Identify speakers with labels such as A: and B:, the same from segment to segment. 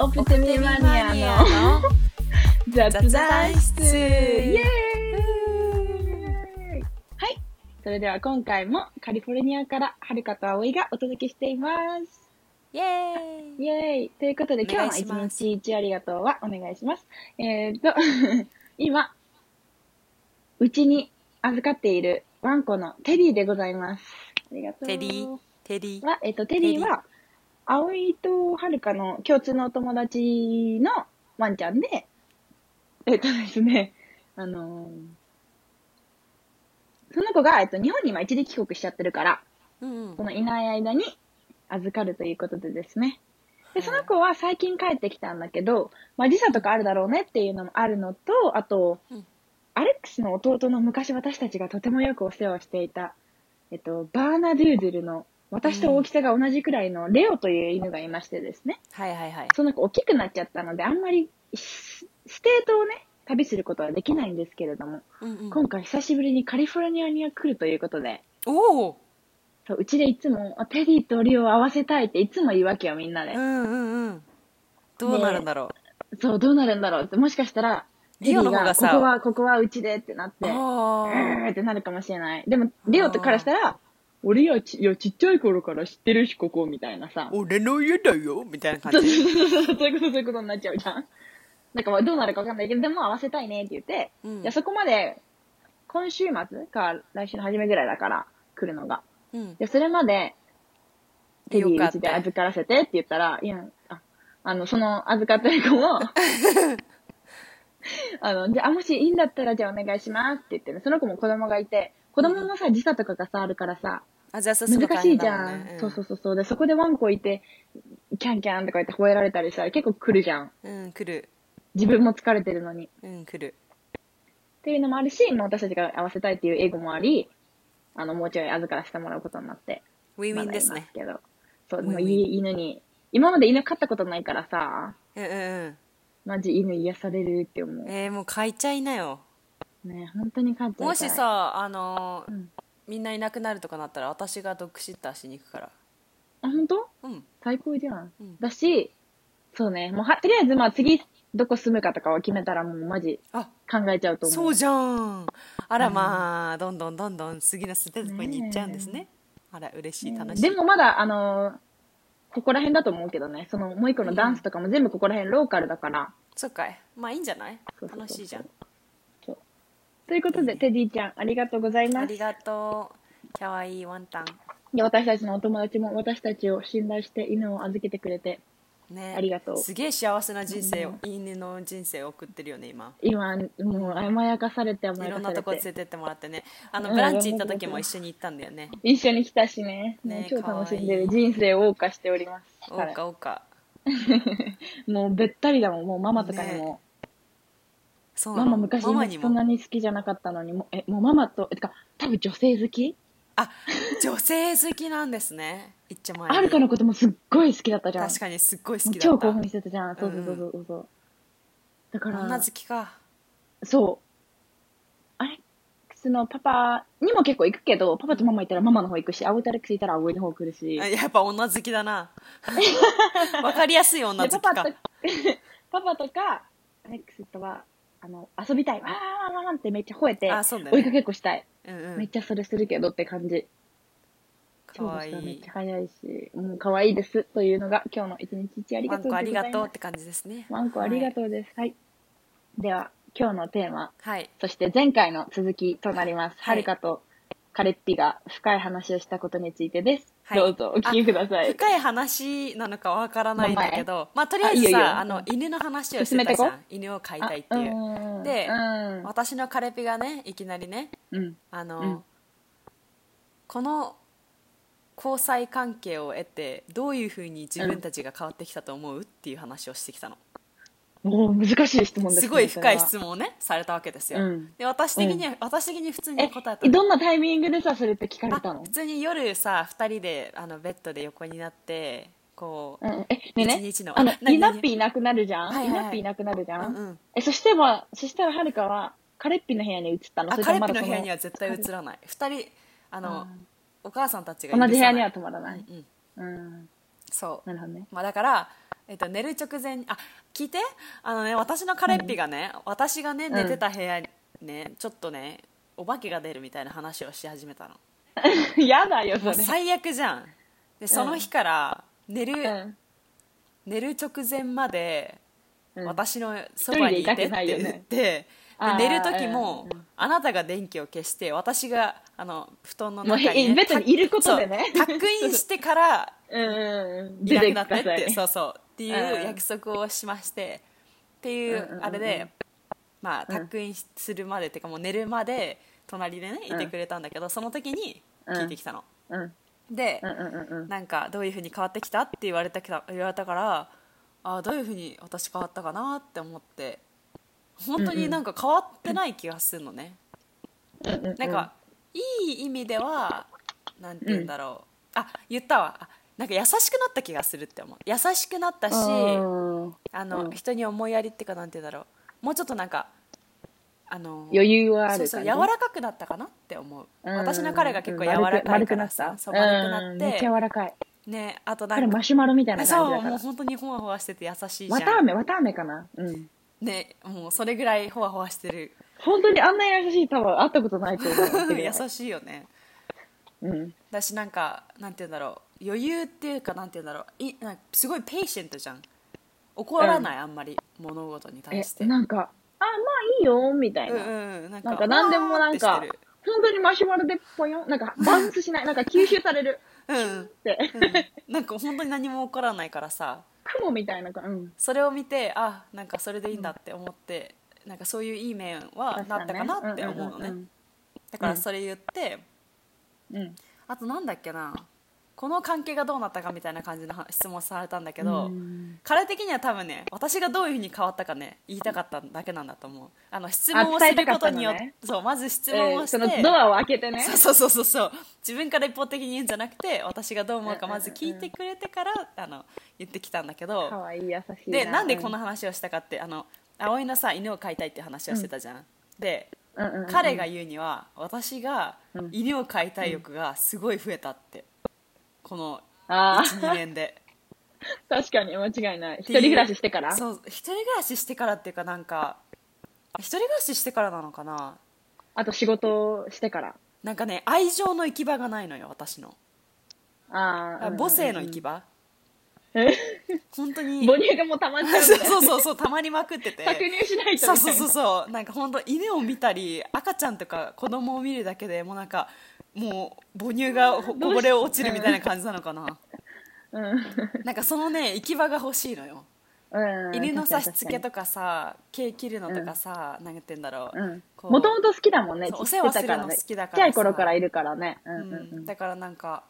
A: オプティミマニアの
B: の
A: 雑
B: 雑
A: 談
B: 談
A: 室イ
B: 室
A: エーイはい。それでは今回もカリフォルニアからはるかと葵がお届けしています。
B: イエーイ
A: イエーイということで
B: お
A: 今
B: 願い
A: 日
B: し
A: の
B: ま
A: 一
B: す
A: 日一ありがとうはお願いします。えーっと、 今、うちに預かっているワンコのテリーでございます。ありがとう。
B: テリーテリー
A: は、えっと、テリーは、葵とはるかの共通のお友達のワンちゃんで、えっとですね、あのーその子が、えっと、日本に今一時帰国しちゃってるから、
B: うん
A: そのいない間に預かるということでですね。で、その子は最近帰ってきたんだけど、まあ、時差とかあるだろうねっていうのもあるのと、あと、
B: うん
A: アレックスの弟の昔私たちがとてもよくお世話していた、えっと、バーナドゥードゥルの、私と大きさが同じくらいのレオという犬がいましてですね。
B: はいはいはい
A: その子大きくなっちゃったので、あんまりスステートをね、旅することはできないんですけれども、
B: うんうん
A: 今回久しぶりにカリフォルニアに来るということで、
B: おお
A: そう、うちでいつも、あテリーとリオを合わせたいっていつも言うわけよ、みんなで
B: う。んうんうんどうなるんだろ
A: そう、どうなるんだろうって、もしかしたら、
B: リオの方が
A: テリ
B: さ
A: ーここは、ここはうちでってなって、
B: う
A: う
B: あ
A: ーってなるかもしれない。でも、リオとからしたら、俺やち、いや、ちっちゃい頃から知ってるし、ここ、みたいなさ
B: あ。俺の家だよみたいな
A: そ
B: 感
A: う
B: じ
A: そうそうそう、そういうこと、そういうことになっちゃうじゃん。なんかまあ、どうなるかわかんないけど、でも合わせたいねって言って、
B: うん
A: じゃあそこまで、今週末か、来週の初めぐらいだから、来るのが。
B: うん
A: で、それまで、テリ
B: よか
A: ー
B: っ
A: う
B: た
A: ちで預からせてって言ったら、いや、ああの、その預かってる子 も、あの、じゃあ、もしいいんだったら、じゃあお願いしますって言ってね、その子も子供がいて、子供のさ、時差とかがさ、あるからさ、
B: あじゃあさすが
A: 難しいじゃん。そうそううそうそう。で、そこでワンコいて、キャンキャンとか言って吠えられたりしたら結構来るじゃん。
B: うん来る
A: 自分も疲れてるのに。っ
B: うん来る
A: ていうのもあるし、もう私たちが合わせたいっていうエゴもあり、あの、もうちょい預からせてもらうことになって。
B: ウィンウィンです
A: まだいまけ
B: ね
A: ど。そう、で
B: ウィン
A: も
B: ウィン
A: い犬に、今まで犬飼ったことないからさ、
B: うんうんうん
A: マジ犬癒されるって思う。
B: えー、もう書いちゃいなよ
A: ね、本当に飼っちゃいたい
B: もし、さあのー
A: うん
B: みんないなくなるとかなったら私がドッグシッターしに行くから
A: あ、本当
B: うん
A: 最高じゃん。
B: うん
A: だし、そうね、もうは、とりあえずまあ次、どこ住むかとかは決めたらもうマジ
B: あ
A: 考えちゃうと思う。
B: そうじゃんあら
A: うん
B: まあどんどんどんどん杉の捨てたとこに行っちゃうんですねあら嬉しい楽しい
A: でもまだ、あのここら辺だと思うけどね、そのもう一個のダンスとかも全部ここら辺ローカルだから。
B: そっかいまあいいんじゃない
A: そうそうそう
B: 楽しいじゃん
A: そう。ということで、テディちゃん、ありがとうござい
B: あ
A: ます
B: り。がとうかわいいワンタン
A: で私たちのお友達も私たちを信頼して犬を預けてくれて
B: ね
A: ありがとう
B: すげえ幸せな人生を
A: う
B: 犬の人生を送ってるよね今
A: 今もう甘やかされて甘
B: い
A: や
B: ろ
A: か
B: んなとこ
A: され
B: 連
A: て
B: れてってもらってねあ
A: う
B: の
A: ん
B: ブランチ行った時も一緒に行ったんだよね
A: 一緒に来たしね
B: ね
A: もう超
B: かわい
A: 楽
B: い
A: しんでる人生を謳歌しております
B: お
A: 彼
B: うかおうか
A: もうべったりだもんもうママとかにも、
B: そうな
A: マ
B: の
A: マ昔
B: ママに
A: そん
B: も
A: なに好きじゃなかったのにもうえもうママとえてか多分女性好き
B: あ女性好きなんですねいっちゃ前に
A: あるかのこともすっごい好きだったじゃん
B: 確かにすっごい好きだった
A: もう超興奮してたじゃんそうそうそうそうそう、だから
B: 女好きか
A: そう。アレックスのパパにも結構行くけど、パパとママいたらママの方行くし、青いとアレックスいたら青いの方来るし
B: あ。やっぱ女好き だなわかりやすい女
A: で
B: 好
A: パ
B: き
A: パ
B: か
A: と、 パパとか、アレックスとは、あの、遊びたい。わーわーわーわーってめっちゃ吠えて、
B: あそうだよ
A: 追いか
B: ね
A: けっこしたい。
B: うんう
A: めっ
B: ん
A: ちゃそれするけどって感じ。
B: かわい
A: 超めっ
B: い
A: ちゃ早いし、もう可愛いです。というのが今日の一日一ありが
B: ワン
A: とう
B: コ
A: ご
B: あ
A: ざい
B: り
A: ます。
B: がとうって感じですね
A: ワンコありが
B: う
A: とうです。はい。では、今日のテーマ、
B: はい
A: そして前回の続きとなります。は
B: はい
A: るかとカレッピが深い話をしたことについてです。
B: はい
A: どうぞお聞きください。
B: 深い話なのかわからないんだけどまあとりあえ
A: あいいよ
B: ず
A: いいよ
B: さあの犬の話をしてたじ
A: 進め
B: ゃ
A: て
B: ん犬を飼い
A: あ
B: たいっていう
A: う
B: で
A: ん
B: 私のカレピがねいきなりね
A: うん、
B: あの、
A: うん
B: この交際関係を得てどういうふうに自分たちが変わってきたと思うっていう話をしてきたの、
A: おー難しい質問ですね。
B: すごい深い
A: 問。
B: 質問をねされたわけですよ、
A: うん
B: で私的には、私的に普通に答えた
A: え、どんなタイミングでさ、それって聞かれた
B: あ
A: の
B: 普通に夜さ2人であのベッドで横になってこう、
A: うん、え、ねえね、
B: 一日の
A: あの、
B: 何
A: イナッピーいなくなるじゃん、
B: はいはい
A: イ
B: はい
A: ナッピーいなくなるじゃん、
B: うんうん
A: え、そしては、そしたらはるかは、カレッピの部屋に移ったの
B: あ
A: それ
B: カ
A: と
B: レ
A: も
B: ッ
A: ま
B: ピ
A: だ
B: の
A: そ
B: 部屋には絶対移らない2人あの、お母さんたちが
A: 同じ部屋には
B: 許
A: 泊まら
B: さ
A: な
B: ない
A: い。
B: うんうん
A: うん。
B: そう
A: なるほどね。
B: まあ、だから、えっと、寝る直前にあ聞いてあのね私のカレッピがね、私がね
A: ん
B: 寝てた部屋にねちょっとねお化けが出るみたいな話をし始めたの
A: やだよ、
B: も
A: そうれ。
B: 最悪じゃんでその日から寝る、
A: うん
B: 寝る直前まで
A: うん
B: 私のそばにいてって
A: 一人でいたくないよね
B: 言って、
A: あー
B: で寝る時も、
A: うんうん
B: あなたが電気を消して私があの布団の
A: も
B: 中
A: うへ
B: に、ね、
A: ベッドにいることでね
B: そうタックインしてから
A: うんうんうん。
B: いなくな
A: だ
B: ってってそうそうっていう
A: うん
B: 約束をしまして、ってい
A: うんうん
B: う
A: うん
B: あれで、まあ
A: うん
B: タックインするまでっていうかもう寝るまで隣でねい
A: うん
B: てくれたんだけど、その時に聞いてきたの、
A: うんうん
B: で、
A: うんうんうん。
B: なんかどういうふうに変わってきたって言われたけど言われたからあーどういうふうに私変わったかなって思って本当になんか変わってない気がするのね、
A: うんうんうん
B: なんか、いい意味ではなんて言うんだろう、あ言ったわあなんか優しくなった気がするって思う優しくなったし
A: うん
B: あの、
A: うん
B: 人に思いやりっていうかなんて言うんだろうもうちょっとなんかあの
A: 余裕はあ
B: そう
A: る
B: そう
A: 感
B: 柔
A: じ。
B: らかくなったかなって思う、
A: うん
B: 私の彼が結構柔らかい
A: 丸
B: か
A: くな
B: ら
A: った
B: さそう丸く
A: う
B: なっ
A: ん
B: て、
A: めっちゃ柔らかい。
B: ねあとな
A: 彼
B: んか
A: マシュマロみたいな感
B: そ
A: じだ
B: う
A: か
B: も
A: ら。
B: う本当にほわほわしてて優しいじ
A: わ
B: ゃ
A: たあ
B: ん
A: め、わたあめかな。うん。
B: ねもうそれぐらいほわほわしてる
A: 本当にあんな優しい多分会ったことないと思う。
B: 優しいよね
A: うん。
B: だしなんかなんて言うんだろう余裕っていうかなんて言うんだろういなんかすごいペイシェントじゃん怒らない、あんまり物事に
A: え
B: 対して、
A: なんか、あ、まあいいよ、みたい
B: うん
A: な。
B: うんなんか
A: なんか何でもなん
B: わーっ
A: か
B: てして、
A: 本当にマシュマロでぽよん、なんかバウンスしない、なんか吸収される
B: るうん
A: って、
B: うん、なんか本当に何も起こらないからさ
A: 雲みたいなか、うん。
B: それを見てあなんかそれでいいんだって思って、なんかそういういい面はなったかなって思うのね、
A: ん
B: だからそれ言って、
A: うんうん。
B: あとなんだっけなこの関係がどうなったかみたいな感じのは質問されたんだけど、
A: うん
B: 彼的には多分ね私がどういうふうに変わったかね言いたかっただけなんだと思うあの質問を
A: あ
B: す
A: 伝え
B: る
A: たか
B: こ
A: っ
B: と
A: たの
B: に
A: ね
B: よって、そうまず質
A: え
B: 問を
A: ー
B: して、
A: そのドアを開けてね。
B: そうそうそうそう自分から一方的に言うんじゃなくて私がどう思うかまず聞いてくれてから、あの言ってきたんだけど、
A: かわいい、優しい。
B: でなんでこの
A: う
B: 話をしたかってあの葵のさ犬を飼いたいって話をしてたじゃん、で
A: うんうんうんうん
B: 彼が言うには私が
A: うん
B: 犬を飼いたい欲がすごい増えたってこの
A: あー
B: 12年で
A: 確かに、間違いない。一人暮らししてから
B: そう一人暮らししてからっていうかなんか一人暮らししてからなのかな
A: あと仕事をしてから。
B: なんかね愛情の行き場がないのよ私の
A: ああ。
B: 母性の行き場
A: え
B: 本当
A: うん
B: に
A: 母乳がもう溜まっちゃうん
B: そ
A: で
B: うそうそうそうたまりまくってて
A: 搾乳しないとみたい
B: そ
A: な。
B: うそうそうそうなんか本当犬を見たり赤ちゃんとか子供を見るだけでもうなんかもう母乳がほこぼれ落ちるみたいな感じなのかな
A: う
B: なんかそのね行き場が欲しいのよ
A: ん。うん。
B: 犬のさしつけ
A: か
B: とかさ毛切るのとかさ、なんか言ってんだろう、
A: に。
B: こう
A: もともと好きだもんね。
B: そうお世話するの好
A: ちっ
B: きだからさ
A: ちゃい頃からいるからね。うんうん
B: う
A: うんん。
B: だからなんか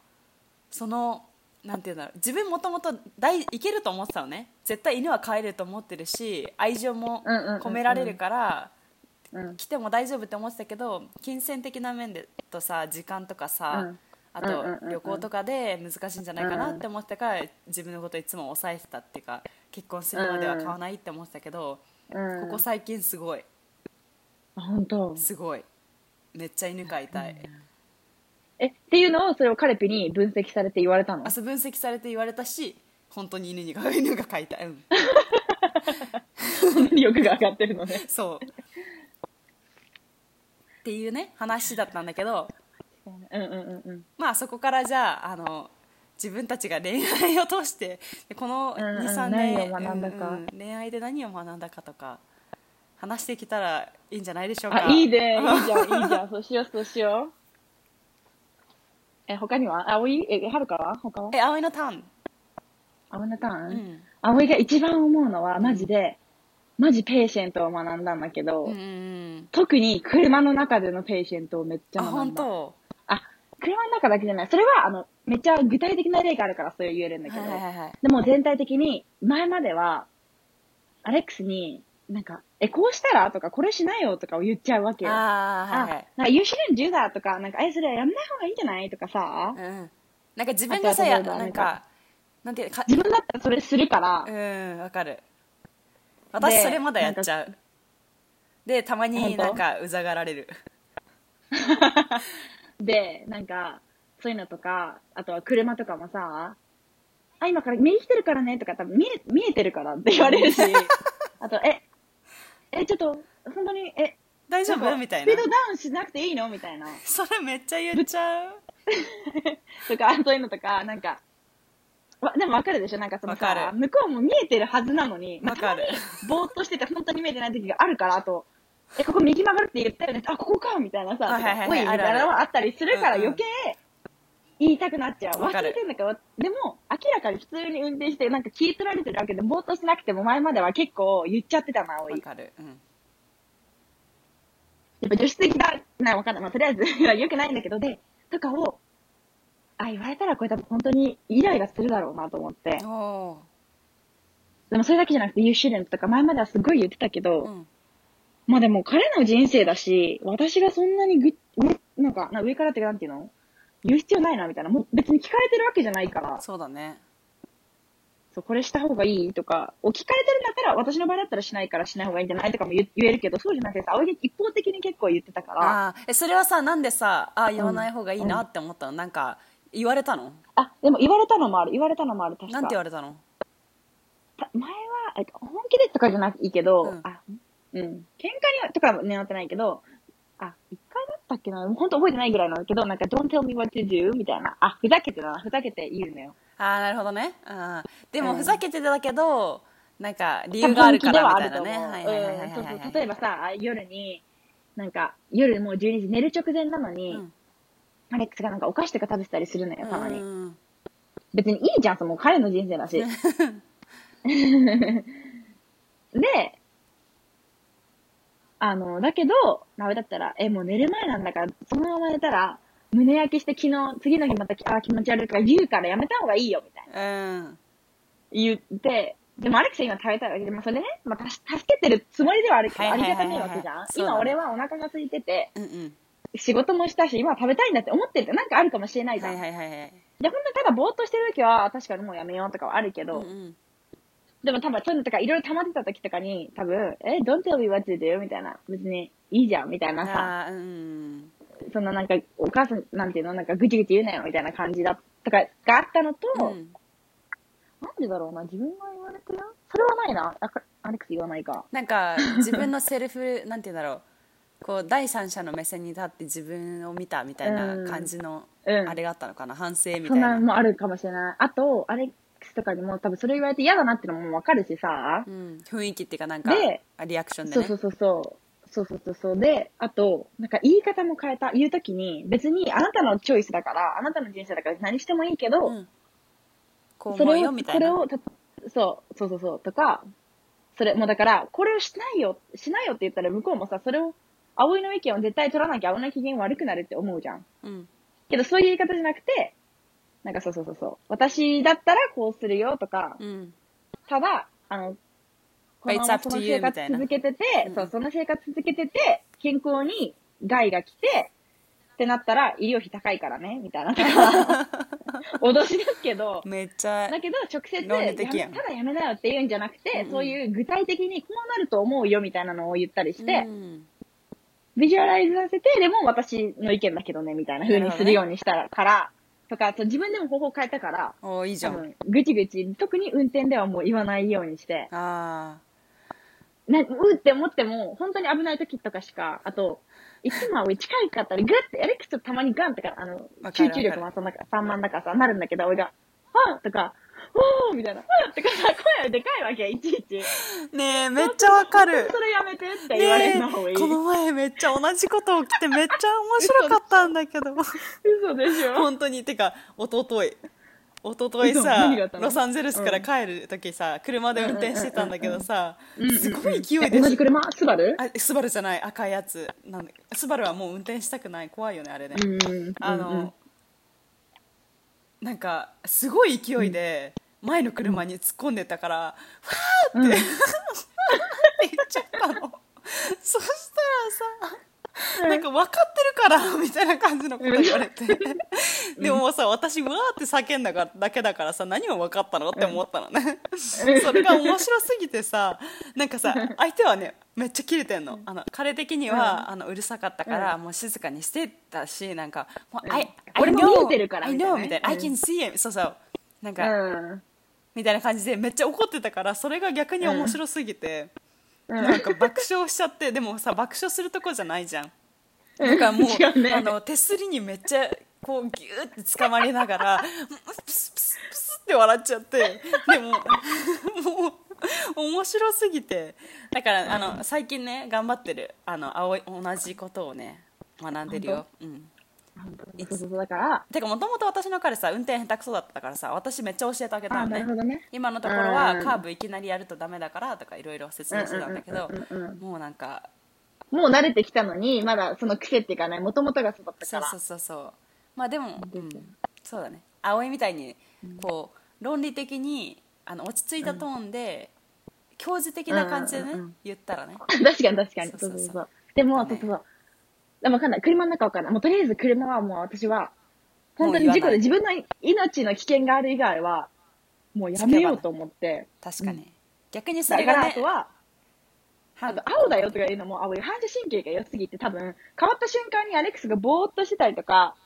B: そのなんていうんだろう自分もともと大いけると思ってたのね絶対犬は飼えると思ってるし愛情も
A: うんうんうんうん
B: 込められるから、
A: うん
B: 来ても大丈夫って思ってたけど金銭的な面でとさ時間とかさ、
A: うん
B: あ
A: うんうんうんう
B: と
A: ん
B: 旅行とかで難しいんじゃないかなって思ってたから自分のこといつも抑えてたっていうか結婚するまでは買わないって思ってたけど、
A: うん。
B: ここ最近すごい
A: あ、本当。
B: すごいめっちゃ犬飼いたい、
A: え、っていうのを、それをカレピに分析されて言われたの
B: あ。そう分析されて言われたし本当に犬に飼う犬が飼いたい、うん、
A: 欲が上がってるの ね。
B: そうっていうね話だったんだけど
A: うんうんうんうん。
B: まあそこからじゃああの自分たちが恋愛を通してでこの
A: うんうん
B: 23年、
A: 何を学んだか
B: うんうん恋愛で何を学んだかとか話してきたらいいんじゃないでしょうか
A: あ、いいね。いいじゃん、いいじゃん。そうしよう、そうしよう。え、他には葵え、はるかは他は
B: え葵のターン
A: あ葵のター
B: う
A: ン、
B: ん
A: 葵が一番思うのは、マジで、マジペーシェントを学んだんだけど、
B: うんうんうん
A: 特に車の中でのペーシェントをめっちゃ
B: あ
A: 学
B: 本
A: んだ。
B: 当
A: あ、車の中だけじゃない。それは、あの、めっちゃ具体的な例があるから、それ言えるんだけ
B: は
A: ど。
B: いはいはいはい
A: でも全体的に、前までは、アレックスに、なんか、え、こうしたらとか、これしないよとかを言っちゃうわけよ。
B: あーはいは
A: あ
B: い、
A: なんか、有志練10だとか、なんか、え、それやんない方がいいんじゃないとかさ、
B: うんなんか自分がさ
A: あとは
B: や
A: 例えば
B: なんかなんていうか
A: 自分だったらそれするから、
B: うんわかる私それまだやっちゃうでたまになんかうざがられる
A: で、なんか、そういうのとか、あとは車とかもさ、あ、今から右来てるからねとか、多分見え、見えてるからって言われ るし、あと、え、え、ちょっと、本当に、え、
B: 大丈
A: なん
B: 夫
A: か
B: みたい
A: ス
B: な
A: ピードダウンしなくていいのみたいな。
B: それめっちゃ言っちゃう
A: とか、そういうのとか、なんか、わでもわかるでしょなんかその
B: わ
A: さ
B: か、る
A: 向こうも見えてるはずなのに、まあ
B: わかる
A: ぼーっとしてて本当に見えてない時があるから、あと、え、ここ右曲がるって言ったよね。あ、ここかみたいなさ、
B: はいはいはい
A: おい、みた
B: あ
A: い
B: るある
A: なのはあったりするから
B: うんうん
A: 余計言いたくなっちゃう。
B: わか
A: 忘
B: る
A: れてんだけど、でも明らかに普通に運転して、なんか聞い取られてるわけで、ぼーっとしなくても前までは結構言っちゃってたな、おい
B: わ。かる、うん、
A: やっぱ女子的だ、な、わかんない。まあ、とりあえず、 良くないんだけど、で、とかを、あ、言われたらこれ多分本当にイライラするだろうなと思って。
B: お
A: でもそれだけじゃなくて、You shouldn't とか前まではすごい言ってたけど、
B: ーうん
A: まあでも彼の人生だし、私がそんなにぐ、ぐなんか、な上からってなんていうの言う必要ないなみたいな。もう別に聞かれてるわけじゃないから、
B: そうだね
A: そう、これした方がいいとか、を聞かれてるんだったら、私の場合だったらしないからしない方がいいんじゃないとかも言言えるけど、そうじゃなくてさ、青柳一方的に結構言ってたから、
B: あーえそれはさなんでさあー言わない方がいいなって思ったの、なんか言われたの
A: あ、でも言われたのもある、言われたのもある、確か
B: なんて言われたの
A: た前は、えっと、本気でとかじゃないいけど、
B: うん
A: あ、うん。喧嘩にはとかは狙ってないけど、あ、一回だったっけな、本当覚えてないぐらいなんだけど、なんか、don't tell me what to do みたいな。あ、ふざけてな、ふざけて言うのよ。
B: あーなるほどねあーで
A: う
B: も
A: ん
B: ふざけてたけど、なんか理由があるからみたいなねはいはいはい
A: う
B: は
A: ん、そう
B: い
A: そ
B: は
A: う。
B: い
A: 例えばさ、あ夜に、なんか、夜もう12時寝る直前なのに、
B: うん
A: アレックスがなんかお菓子とか食べてたりするのよ、たまに。
B: うん
A: 別にいいじゃん、その彼の人生 だし。で、あの、だけど、ダメだったら、え、もう寝る前なんだから、そのまま寝たら、胸焼けして昨日、次の日また、あー、気持ち悪いとか言うからやめた方がいいよ、みたいな。
B: うん
A: 言って、でもアレクセ今食べたいわけで、まあそれね、まあたし助けてるつもりではあるけど、
B: は
A: あ
B: い
A: り
B: はい
A: がた
B: はいはい
A: 迷惑じゃん。
B: そうだ
A: 今
B: ね
A: 俺はお腹が空いてて、
B: うんうん
A: 仕事もしたし、今は食べたいんだって思ってるって、なんかあるかもしれないじゃ
B: は
A: ん。
B: いはいはいはい
A: で、ほんとただぼーっとしてる時は、確かにもうやめようとかはあるけど、
B: うんうん
A: でも多分、そういうのとか、いろいろ溜まってた時とかに、多分、え、don't tell me what to do みたいな。別に、いいじゃん、みたいなさ。
B: あーうん
A: そのなんか、お母さん、なんていうの、なんか、ぐちぐち言うなよ、みたいな感じだ、とか、があったのと、
B: うん
A: な
B: う
A: ん
B: ん
A: でだろうな、自分が言われてるそれはないな。あアレックス言わないか。
B: なんか自分のセルフなんて言うんだろうこう第三者の目線に立って自分を見たみたいな感じの
A: うん
B: あれがあったのかな、反省
A: そ
B: みた
A: ん
B: い
A: な
B: な
A: のもあるかもしれない。あと、アレックスとかにも、多分それ言われて嫌だなってのもわかるしさ
B: う。ん、雰囲気っていうかなんか
A: で
B: リアクションで
A: そう
B: ね
A: そうそうそう。そうそうそうそう。で、あと、なんか言い方も変えた。言うときに、別にあなたのチョイスだから、あなたの人生だから何してもいいけど、
B: うんこう
A: そ
B: 思う
A: れ
B: よ
A: を、
B: みた
A: こ
B: い
A: れ
B: な
A: をたそう、そうそうそう、とか、それ、もうだから、これをしないよ、しないよって言ったら向こうもさ、それを、葵の意見を絶対取らなきゃ葵の機嫌悪くなるって思うじゃん。
B: うん
A: けどそういう言い方じゃなくて、なんかそうそうそうそう、私だったらこうするよとか、
B: うん
A: ただ、あの、こ
B: But
A: の
B: it's
A: まま
B: up
A: そ
B: to
A: の
B: you
A: 生活続けてて、
B: うん
A: そう、その生活続けてて、健康に害が来て、ってなったら医療費高いからね、みたい な。とか脅しですけど、
B: めっち ゃ
A: だけど、直接
B: 論理的やん
A: やめただやめなよって言うんじゃなくて、
B: うんうん
A: そういう具体的にこうなると思うよみたいなのを言ったりして、
B: うん
A: ビジュアライズさせて、でも私の意見だけどね、みたいな風にするようにしたらから、とか、あと自分でも方法変えたから、
B: おーいいじ
A: 多
B: ゃん
A: 分、ぐちぐち、特に運転ではもう言わないようにして、
B: あ
A: なうって思っても、本当に危ない時とかしか、あと、いつもは近いかったり、グッて、エレクトたまにガンってか、あの
B: わ、かる
A: 集中力もそんなか散漫だからさ、なるんだけど、俺が、はぁとか、おーみたいな、はぁとかさ、声でかいわけ、いちいち。
B: ーねえめっちゃわかる
A: それやめてって言われる
B: ね
A: の方がい
B: え
A: い。
B: この前めっちゃ同じこと起きてめっちゃ面白かったんだけど
A: 嘘で しょ。
B: 本当にてか一昨日一昨日
A: 嘘
B: さ
A: 何があったの
B: ロサンゼルスから帰る時さ、車で運転してたんだけどさ、すごい勢いで、
A: え同じ車スバル
B: あスバルじゃない赤いやつなんだスバルはもう運転したくない怖いよねあれね、
A: うん。
B: あの、なんかすごい勢いで前の車に突っ込んでたから、わ
A: うん、うん。
B: ーって言っちゃった のそしたらさなんか分かってるからみたいな感じのこと言われてでももうさ私わーって叫んだがだけだからさ何を分かったのって思ったのねそれが面白すぎてさなんかさ相手はねめっちゃキレてんのあの彼的には、あのうるさかったから、もう静かにしてたしなんかもう、
A: うん
B: I,
A: あ
B: I
A: れ
B: know
A: も見えてるから
B: I
A: みたい
B: know
A: なね
B: みたいな、I can see it そうそうなんか、
A: うん。
B: みたいな感じでめっちゃ怒ってたからそれが逆に面白すぎて、
A: うん
B: なんか爆笑しちゃってでもさ爆笑するとこじゃないじゃんなんかもう
A: 違うね
B: あの手すりにめっちゃこうギューって掴まれながらプスプスプスって笑っちゃってでももう面白すぎてだからあの最近ね頑張ってるあの青い同じことをね学んでるよ。うん
A: そうそうそうだから、
B: てかもともと私の彼さ運転下手くそだったからさ私めっちゃ教えてあげた
A: あ
B: の
A: な
B: ね
A: るほどね。
B: 今のところは
A: うん
B: カーブいきなりやるとダメだからとかいろいろ説明してたんだけど
A: うんうんうんうんうん
B: もうなんか
A: もう慣れてきたのに、まだその癖っていうかね、もともとがそうだった
B: そ
A: か
B: う
A: ら。
B: そうそうそうまあでも、うん、そうだね葵みたいにこう論理的にあの落ち着いたトーンで教授的な感じでね
A: うんうんうん
B: 言ったらね
A: 確かに確かに。
B: そ
A: そううそう
B: そ
A: う
B: そ
A: そうう。でも、
B: ね
A: そうそうそう。でもわかんない。車の中わかんない。もうとりあえず車はもう私は、本当に
B: もう
A: 事故
B: 言わな
A: で
B: い
A: 自分の命の危険がある以外は、もうやめようと思って。
B: 確かに、逆にそ
A: だ
B: れ
A: か
B: が
A: ら、あ
B: ね
A: とは、あの青だよとか言うのも、青い反射神経が良すぎて、多分、変わった瞬間にアレックスがぼーっとしてたりと か、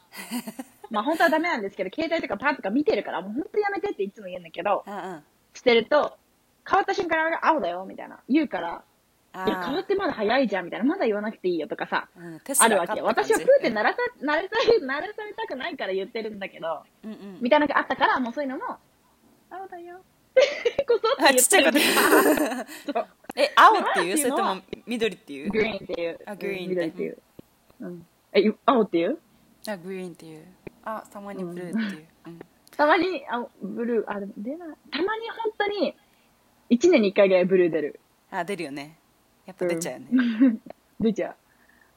A: まあ本当はダメなんですけど、携帯とかパンとか見てるから、もう本当やめてっていつも言うんだけど、
B: うんうん
A: してると、変わった瞬間に俺が青だよみたいな、言うから、
B: あ
A: いや、変わ
B: ー
A: ってまだ早いじゃんみたいな、まだ言わなくていいよとかさ、
B: うん、テ
A: あ
B: ス
A: る
B: ラ
A: わ
B: かっ
A: け
B: て
A: よ。
B: 感
A: 私
B: じ
A: は夫婦にならさ、なれされ、なれされたくないから言ってるんだけど、
B: うんうん
A: みたいなのがあったから、もうそういうのも、青だよ。こそっ
B: あ
A: て
B: ち
A: 言っ
B: っちゃ
A: て
B: い
A: る
B: こと
A: そう
B: え青っていう
A: って
B: そ
A: いう
B: れ
A: の
B: と
A: は
B: も緑っていう
A: グリーンっていう。
B: あグリーンって
A: 緑っていう。うん。え、い青っていう
B: あグリーンっていうあたまにブルーっていう、うん
A: たまに、あ、ブルー、あ、でも出ない。たまに本当に、1年に1回ぐらいブルー出る。
B: あ出るよねやっぱ出ちゃうよね、
A: 出ちゃう。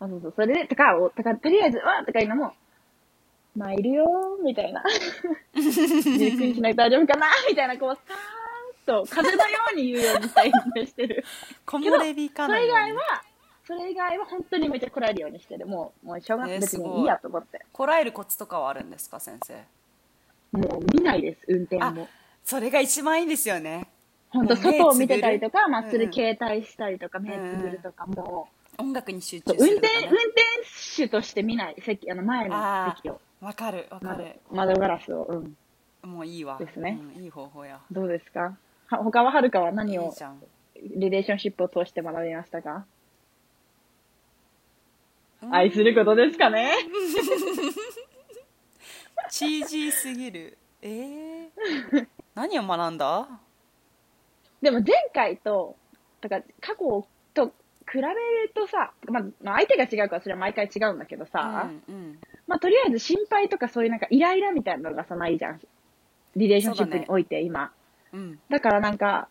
A: あ、そうそう。それで、とか、おとか、とりあえず、わーとかいうのも、まあ、いるよー、みた いな。ゆっくりしないと大丈夫かなみたいな、こう、さーっと、風のように言うようにしたいにして る。
B: 木
A: け
B: 漏
A: ど
B: れ日か
A: そ
B: な
A: れ以外は、それ以外は本当にめっちゃこらえるようにしてる。もう、もう、しょうがな
B: え
A: い。
B: ー
A: 別
B: すごい
A: にいいやと思って。
B: こらえるコツとかはあるんですか先生
A: もう見ないです、運転
B: あ
A: も。
B: それが一番いいですよね
A: 本当
B: もう目
A: 外を見てたりと
B: つぶ
A: か、
B: る
A: まあ、す
B: う
A: る
B: ん
A: 携帯したりとか、目つぶるとかも
B: 音楽に集
A: う、
B: 中す
A: 運
B: ると
A: 転、
B: か、ね
A: 運、転手として見ない、席、あの、前の
B: あ
A: 席を、
B: あわかるわか
A: 窓
B: る、
A: 窓ガラスを、うん。
B: もういいわ
A: ですね
B: うんいい方法や
A: どうですかは他ははるかはい何
B: い
A: を
B: じ、ゃん
A: リレーションシップを通して学びましたか
B: うん
A: 愛することですかね
B: チージーすぎるえー、 何を学んだ
A: でも前回と、だから過去と比べるとさ、まあ、まあ相手が違うからそれは毎回違うんだけどさ、
B: うんうん、
A: まあ、とりあえず心配とかそういうなんかイライラみたいなのがさないじゃん。リレーションシップにおいて今。だ
B: うん、
A: からなんか、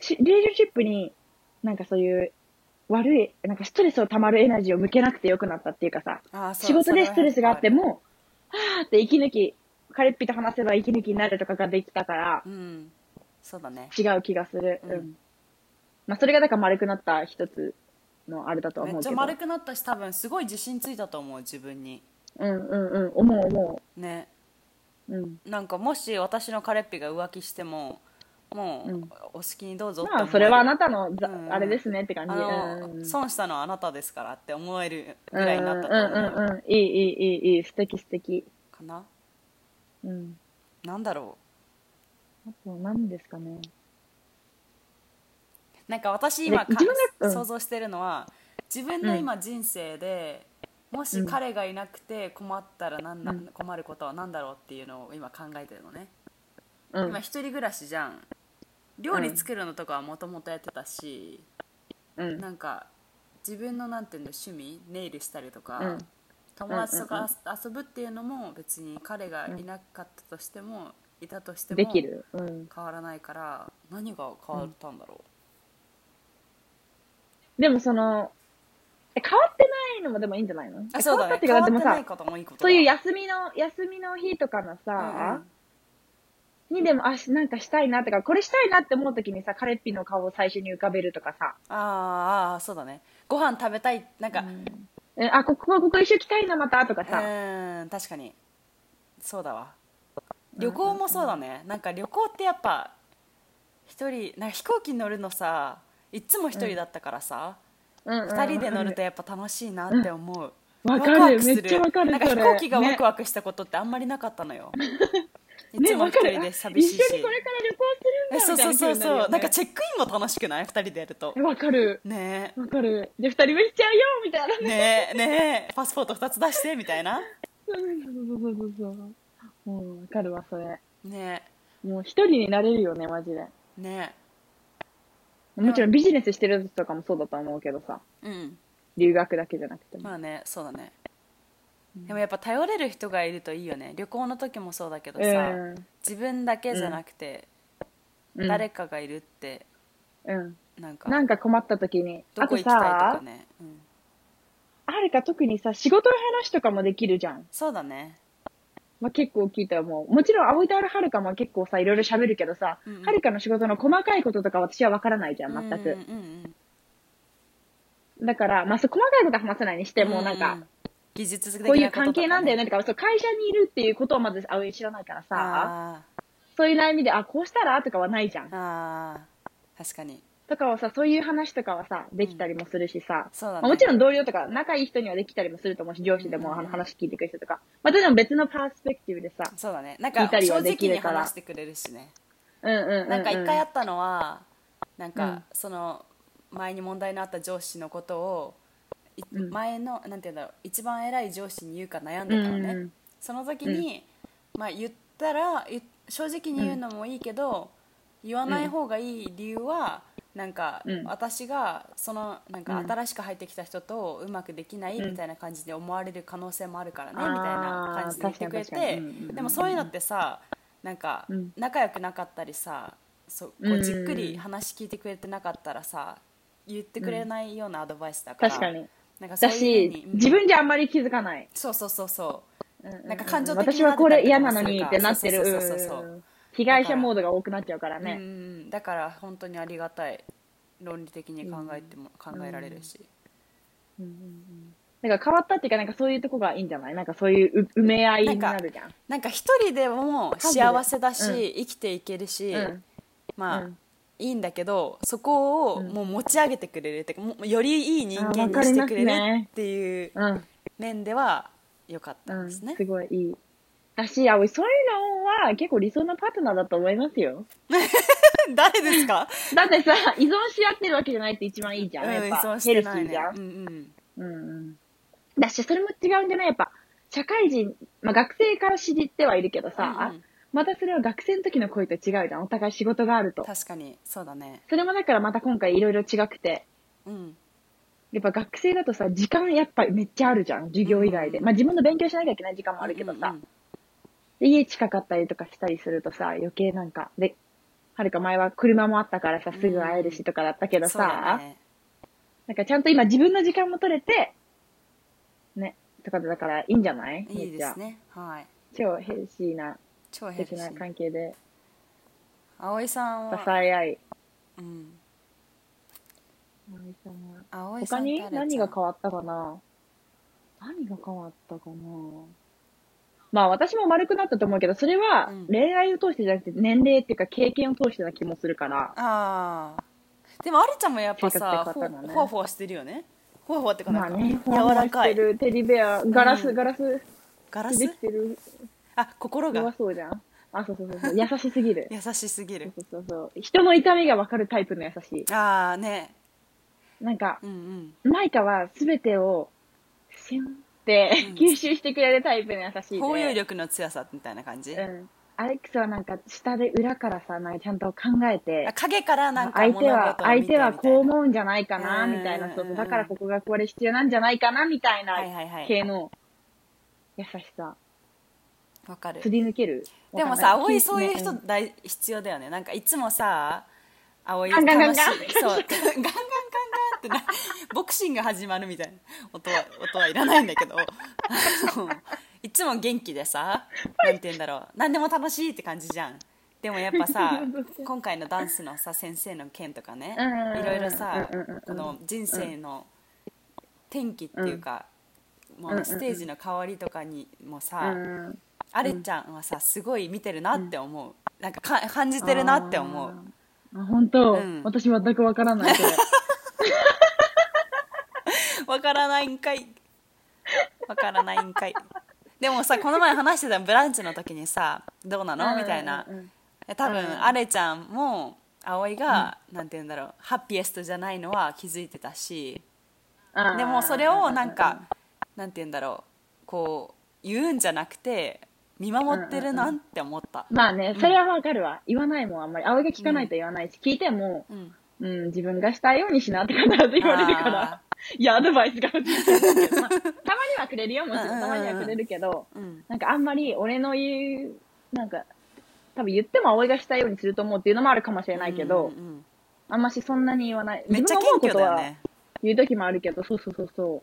A: しリレーションシップになんかそういう悪い、なんかストレスを溜まるエナジーを向けなくてよくなったっていうかさ、
B: あーそう
A: 仕事で
B: それは
A: ストレスがあっても、はーって息抜き、彼っぴと話せば息抜きになるとかができたから
B: う、んそうだね
A: 違う気がする。うん。
B: うん
A: まあそれがだから丸くなった一つのあれだとは
B: め
A: 思
B: っ
A: うけ
B: ちゃ
A: ど。
B: 丸くなったし多分すごい自信ついたと思う自分に
A: うんうんうん。思う思
B: ね
A: う。うん。
B: なんかもし私の彼っぴが浮気してももう、
A: うん
B: お好きにどうぞって
A: まあ
B: 思える
A: それはあなたのざ、
B: うん
A: あれですねって感じ。
B: あの、
A: うん
B: 損したのはあなたですからって思えるぐ
A: うん
B: らいになったと思
A: う
B: う
A: んうんうん。いいいいいいいい。素敵素敵。
B: かな、
A: うん。
B: なんだろ
A: あと何ですかね。
B: うなんか私今か
A: で自分がうん
B: 想像してるのは自分の今人生で、もし彼がいなくて困ったらなんだ、
A: うん
B: 困ることは何だろうっていうのを今考えてるのね、
A: う
B: 今
A: ん。
B: 一人暮らしじゃん料理作るのとかはもともとやってたし、
A: うん。
B: なんか自分のなんていうの趣味ネイルしたりとか、
A: うん
B: 友達とか遊ぶっていうのも別に彼がいなかったとしても、いたとしても
A: できる。うん。
B: 変わらないから何が変わったんだろ
A: でもその、え変わってないのもでもいいんじゃないの
B: う、あそうだね
A: 変
B: 変
A: わ
B: わ
A: っ
B: った
A: って
B: て
A: いうか、だってもさ、
B: ないこともいいことだ
A: そういう休みの、休みの日とかの
B: うんう
A: さ
B: ん、
A: にでも、あ、しなんかしたいなとか、これしたいなって思うときにさ、彼っぴの顔を最初に浮かべるとかさ、
B: あーあーそうだねご飯食べたいなんか
A: えあ、ここ、ここ一緒来たいな、また、とか
B: う
A: さ、
B: ん確かにそうだわ旅行もそうだね、なんか旅行ってやっぱ一人なんか飛行機に乗るのさいっつも一人だったからさ、
A: うんうん
B: 二人で乗るとやっぱ楽しいなって思う、
A: うんわかるめっちゃわかる
B: なんか
A: そ
B: 飛
A: れ
B: 行機がワクワクしたことってあんまりなかったのよ、いつも一
A: わかる
B: 人で寂しいし
A: 一緒にこれから旅行
B: え
A: する
B: そうん
A: だ
B: そう
A: みた
B: そ
A: いうな気分になるよ
B: そう、
A: ね
B: なんかチェックインも楽しくない二人でやると
A: わかる。
B: ね
A: わかる。で、二人目しちゃうよみたいな
B: え
A: ね。
B: ねえねえパスポート2つ出してみたいな
A: そうそうそうそうそう。もうわかるわ、それ。
B: ね
A: もう一人になれるよね、マジで。
B: えね
A: もちろんビジネスしてる時とかもそうだと思うけどさ。
B: えうん
A: 留学だけじゃなくても。
B: まあねそうだねでもやっぱ頼れる人がいるといいよね旅行の時もそうだけどさ、
A: うん
B: 自分だけじゃなくて、
A: うん
B: 誰かがいるって
A: うん。
B: なんか
A: なんか困った時に。
B: どこ行きたいとかね、うん、
A: あるか特にさ、仕事の話とかもできるじゃん。
B: そうだね
A: まあ、結構聞いたらもう、もちろん、青いタオルはるかも結構さ、いろいろ喋るけどさ
B: うんうん、
A: はるかの仕事の細かいこととか私は分からないじゃん、全
B: う
A: く
B: ん。うんうん
A: だから、まあ、そう細かいことは話せないにしても、なん
B: う
A: か
B: う、技術的な
A: こ
B: こ
A: う
B: と
A: い
B: と
A: う
B: かね
A: 関係なんだよねとか、そう会社にいるっていうことをまず青い知らないからさ、
B: あ
A: そういう悩みで、あ、こうしたらとかはないじゃん
B: ー。あー確かに
A: とかはさ、そういう話とかはさ、できたりもするしさ、
B: そうだね
A: まあもちろん同僚とか仲いい人にはできたりもすると思うし、上司でもあの話聞いてくる人とか、まあ、でも別のパースペクティブでさ、
B: そうだねなんか
A: 見たり
B: 正
A: は
B: 直
A: でき
B: に
A: るから
B: 話してくれるしね
A: うんうんうん、うん。
B: なんか一回あったのは、なん
A: う
B: か
A: ん
B: その前に問題のあった上司のことを、い
A: うん
B: 前のなんていうんだろう一番偉い上司に言うか悩んでたのね、
A: うんうん
B: その時に、まあ言ったら言っ正直に言うのもいいけど、言わない方がいい理由はなんか、
A: うん
B: 私がそのなんか
A: うん
B: 新しく入ってきた人とうまくできないみたいな感じで思われる可能性もあるからね、
A: あー
B: みたいな感じで言ってくれ
A: 確かに
B: て、
A: 確かにうんうん
B: でもそういうのってさなんか
A: うん
B: 仲良くなかったりさそうこ
A: う
B: うんじっくり話聞いてくれてなかったらさ言ってくれないようなアドバイスだから、
A: 確かに。
B: なんかそう
A: だ
B: いうふう
A: し
B: に、うん
A: 自分じゃあんまり気づかない。
B: そうそうそうそう
A: ううう
B: なんか感情的
A: 私
B: にな
A: は
B: ってたりとか
A: これ嫌なのにってなってる。
B: そうそうそうそうそう
A: うんうん被害者モードが多くなっちゃうから
B: う
A: ね。
B: んだから本当にありがたい論理的に考えても、考えられるし、
A: だから変わったっていうか、なんかそういうとこがいいんじゃないなんかそういうう埋め合いになるじゃん。
B: なんか一人でも幸せだし、
A: うん
B: 生きていけるし、
A: うん
B: まあ、
A: うん
B: いいんだけどそこを
A: うん
B: もう持ち上げてくれるっていうかもうよりいい人間
A: あわ
B: に
A: かり
B: して
A: ます
B: く
A: ね
B: れるっていう
A: うん。
B: 面では良かった
A: う
B: で
A: ん。
B: すね、
A: すごいいい。だし、葵、そういうのは結構理想のパートナーだと思いますよ。
B: 誰ですか
A: だってさ、依存し合ってるわけじゃないって一番いいじゃん。
B: うん
A: やっ
B: 依
A: ぱ、
B: 存し
A: ヘ
B: て
A: ルシ
B: ない
A: ー
B: ね
A: じゃん
B: う。ん
A: うんうん。だし、それも違うんじゃないやっぱ、社会人、まあ学生から知ってはいるけどさ、
B: うんうん
A: またそれは学生の時の恋と違うじゃん。お互い仕事がある
B: うん、
A: と。
B: 確かにそうだね
A: それもだからまた今回いろいろ違くて。
B: うん
A: やっぱ学生だとさ、時間やっぱめっちゃあるじゃん。授業以外で。まあ自分の勉強しなきゃいけない時間もあるけどさ。
B: うんうん
A: で家近かったりとかしたりするとさ、余計なんか、で、はるか前は車もあったからさ、すぐ会えるしとかだったけ
B: う
A: ど
B: ん
A: さ、
B: そうだね
A: なんかちゃんと今自分の時間も取れて、ね、とかでだからいいんじゃない
B: いいです
A: めっ
B: ねはい
A: ちゃ超ヘルシーな、
B: 超ヘル
A: 的
B: シ
A: な
B: ー
A: 関係で、
B: 葵さん
A: 支
B: は、
A: え合い。
B: うん、
A: 葵さんは
B: 葵さ
A: 他
B: ん
A: に
B: 誰じゃん
A: 何が変わったかな何が変わったかなまあ私も丸くなったと思うけど、それは
B: うん
A: 恋愛を通してじゃなくて年齢っていうか経験を通してな気もするから。
B: ああでもあるちゃんもやっぱ
A: 性格
B: さ
A: って
B: ふ
A: 変わったのね
B: わふわしてるよねふわふわってか
A: ま
B: な
A: あ
B: んか、
A: ね、
B: 柔ら
A: し
B: か
A: て
B: い
A: るテディベア、ガラス、
B: うん
A: ガラス
B: ガラ
A: で
B: ス
A: できてる
B: あ心
A: 弱
B: が
A: そうじゃん。あ、そうそうそうそう、優しすぎる。
B: 優しすぎる
A: そうそうそう。人の痛みがわかるタイプの優し
B: ああね
A: い。なんか
B: う、んうん
A: マイカは全てを、シュンって
B: うん
A: 吸収してくれるタイプの優しいで。
B: 包容力の強さみたいな感じ、
A: うん。アレックスはなんか、下で裏からさ、なんかちゃんと考え
B: あ
A: て、
B: 影からなんか
A: 相手
B: 物
A: は、
B: 事を見
A: 相
B: てみた
A: 手
B: いな
A: はこう思うんじゃないかな、
B: うん
A: みたいな。そうそ
B: うん
A: う。だからここがこれ必要なんじゃないかな、みたいな
B: はいはいはい
A: 系の優しさ。
B: わかる
A: すり抜ける。
B: でも
A: わ
B: さ
A: かんな
B: 葵そういう人
A: ん
B: 大必要だよねなんかいつもさ葵
A: ガンガンガンガン
B: 楽しいそう ガンガンガンガンってなボクシング始まるみたいな音は音はいらないんだけどあ のいつも元気でさなんて言うんだろう何でも楽しいって感じじゃんでもやっぱ さ今回のダンスのさ先生の件とかね
A: うんうんうん
B: いろいろさ
A: うんうんうん
B: この人生の転機っていうか、もうステージの変わりとかにもさ、
A: うん。
B: アレちゃんはさすごい見てるなって思う、なんかか感じてるなって思う
A: あ本当、
B: うん
A: 私全くわからない それ
B: わからないんかいわからないんかいでもさこの前話してた「ブランチ」の時にさ「どうなの?」みたいな
A: うんうん
B: 多
A: うん
B: 分アレちゃんも葵が、なんて言うんだろうハッピエストじゃないのは気づいてたし
A: うん
B: でもそれをなんかなんて言うんだろうこう言うんじゃなくて見守ってるなって思った、
A: まあね、それはわかるわ。言わないもん、あんまり。葵が聞かないと言わないし、聞いても、
B: うん、
A: うん、自分がしたいようにしなって必ず言われるから
B: あ。
A: いや、アドバイスが欲しいけど、まあ たまにはくれるよ、もちろん。
B: うんうんうん
A: たまにはくれるけど、
B: うん、
A: なんかあんまり俺の言う、なんか、多分言っても葵がしたいようにすると思うっていうのもあるかもしれないけど、
B: うんうん
A: あんましそんなに言わない。
B: めっちゃ謙虚
A: 自分
B: だよ
A: が思うことは
B: ね
A: 言う時もあるけど、そうそうそうそ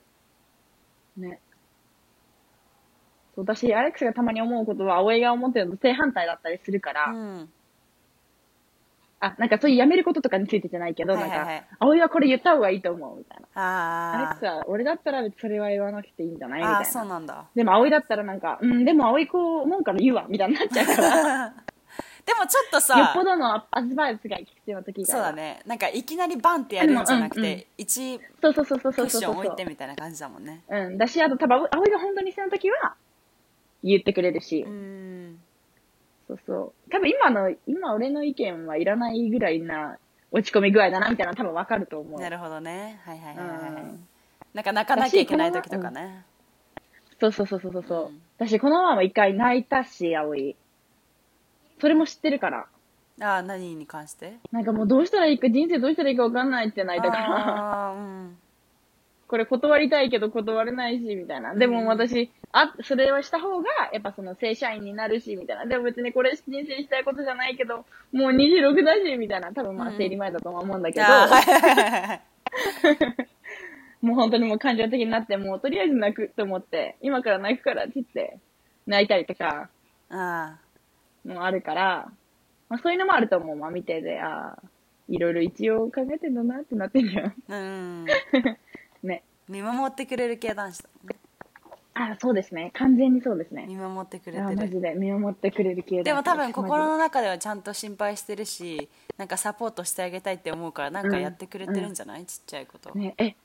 A: う。ね。そう私、アレックスがたまに思うことは、葵が思ってるのと正反対だったりするから、
B: うん
A: あ、なんかそういうやめることとかについてじゃないけど、
B: はいはいはい
A: なんか、葵はこれ言った方がいいと思う、みたいな。アレッ
B: あ
A: クス
B: ー
A: は、俺だったら別にそれは言わなくていいんじゃないみ
B: あ
A: た
B: ー
A: い
B: そ
A: な。
B: うなんだ
A: でも葵だったらなんか、うん、でも葵こう思うから言うわ、みたいになっちゃう から、よ
B: でもちょっとさ
A: っぽどのアアドバイスが必要な時が。
B: そうだ。ねなんかいきなりバンってやるんじゃなく
A: うんうんう
B: て、一
A: そうそうそうそう
B: ク
A: そう
B: ッシ
A: そ
B: ョ
A: う
B: ン置い
A: そう
B: て。みたいな感じだもんね
A: うん。だし、あと多分、葵が本当に必要な時は、言ってくれるし、
B: うん
A: そうそう。多分今の、今俺の意見はいらないぐらいな落ち込み具合だな、みたいなの多分わかると思う。
B: なるほどねはいはいはいはい、は
A: う
B: い
A: ん
B: なんか泣かなきゃいけない時とかね
A: そうそうそうそうそう。う
B: うん
A: 私、このまま一回泣いたし、葵。それも知ってるから。
B: ああ何に関して
A: なんかもうどうしたらいいか、人生どうしたらいいかわかんないって泣いたから、
B: あーうん
A: これ断りたいけど断れないし、みたいな。でも私、あ、それはした方が、やっぱその正社員になるし、みたいな。でも別にこれ人生したいことじゃないけど、もう26だし、みたいな。多分まあ
B: うん
A: 生理前だとは思うん だけど、
B: あーはいはいはい はい
A: もう本当にもう感情的になって、もうとりあえず泣くと思って、今から泣くからって言って、泣いたりとか
B: あ
A: もあるから、まあそういうのもあると思う。まあ見てで、ああ、いろいろ一応考えてんだなってなってんじゃん。
B: ーうん
A: ね。
B: 見守ってくれる系男子だね
A: ああ、そうですね。完全にそうですね。
B: 見守ってくれ
A: ああ
B: て
A: マ
B: る
A: ジで見守ってくれる系だ
B: でも多分心
A: マ
B: の中ではちゃんと心配してるしなんかサポートしてあげたいって思うからなんかやってくれてるんじゃない、ちっちゃいこと、
A: ジでね、え、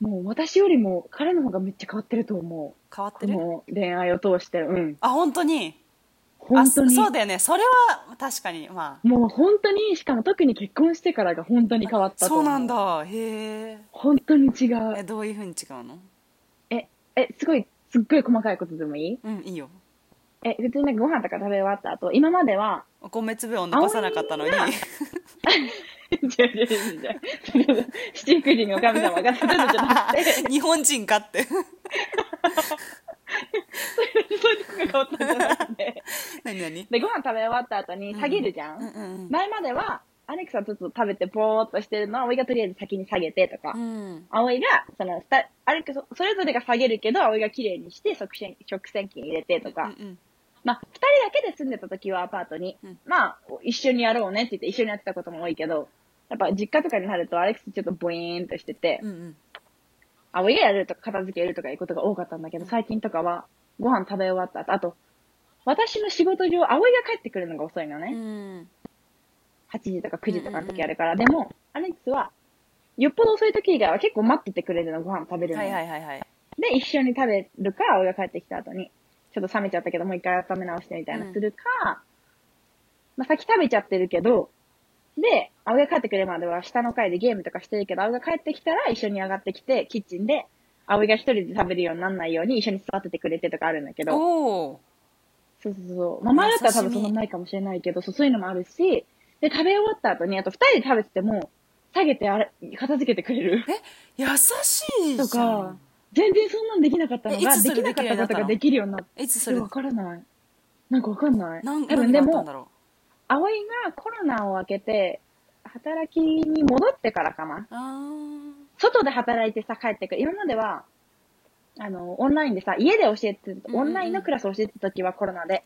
A: もう私よりも彼の方がめっちゃ変わってると思う。
B: 変わって
A: こ
B: る
A: の恋愛を通して、うん。
B: あ本当に
A: 本当に。
B: あそそうだよねそれは確かにまあ
A: もう本当に、しかも特に結婚してからが本当に変わったと
B: そ
A: 思
B: うなん。だへえ
A: 本当に違う。
B: えどういうふうに違うの
A: え、え、すごい、すっごい細かいことでもいい
B: うんいいよ
A: え、普通になんかご飯とか食べ終わった後、今までは、
B: お米粒を残さなかったのに
A: 葵が違う違う違う違うそれは七福神の神様が食べるじゃな くて、
B: 日本人かって
A: そういうとこが変わったんじゃなくて。
B: 何何
A: で、ご飯食べ終わった後に下げるじゃん、
B: うんうん
A: 前までは、アレクサちょっと食べてぽーっとしてるのは、葵がとりあえず先に下げてとか
B: う、ん
A: 葵が、その、スタアレクサ、それぞれが下げるけど、葵が綺麗にして、食洗、食洗機に入れてとか、
B: うんうん
A: まあ、二人だけで住んでた時はアパートに、
B: うん
A: まあ、一緒にやろうねって言って一緒にやってたことも多いけど、やっぱ実家とかになるとアレックスちょっとボイーンとしてて、
B: うんうん
A: あ、お家やるとか片付けるとかいうことが多かったんだけど、最近とかはご飯食べ終わった後、あと、私の仕事上、葵が帰ってくるのが遅いの
B: う
A: ね。
B: ん
A: 8時とか9時とかの時あるから。でも、アレックスは、よっぽど遅い時以外は結構待っててくれるの、ご飯食べるの
B: は
A: に。
B: いはいはいはい
A: で、一緒に食べるか、葵が帰ってきた後に、ちょっと冷めちゃったけど、もう一回温め直してみたいな、
B: うん
A: するか、まあ、先食べちゃってるけど、で、葵が帰ってくるまでは下の階でゲームとかしてるけど、葵が帰ってきたら一緒に上がってきて、キッチンで、葵が一人で食べるようにならないように一緒に座っててくれてとかあるんだけど、
B: おお
A: そうそうそう。まあ、前だったら多分そんなないかもしれないけど、そうそういうのもあるし、で、食べ終わった後に、あと二人で食べてても、下げてあれ、片付けてくれる。
B: 優しい
A: と
B: じゃ
A: か
B: ん、
A: 全然そんなんできなかったの
B: えい
A: が、
B: つ
A: で
B: そ
A: き
B: れ
A: な
B: で
A: か
B: き
A: っ
B: る
A: た
B: ようにな
A: こ
B: った
A: と
B: の
A: ができるようになっ
B: いつ
A: て、
B: それ
A: わからない。なんかわかんない。
B: なん
A: 多分
B: 何
A: で
B: があったんだ
A: も、
B: ろ
A: 葵がコロナを明けて、働きに戻ってからかな。
B: うあ
A: 外で働いてさ、帰ってくる。今までは、あの、オンラインでさ、家で教えて、
B: うんうん
A: オンラインのクラスを教えてた時はコロナで、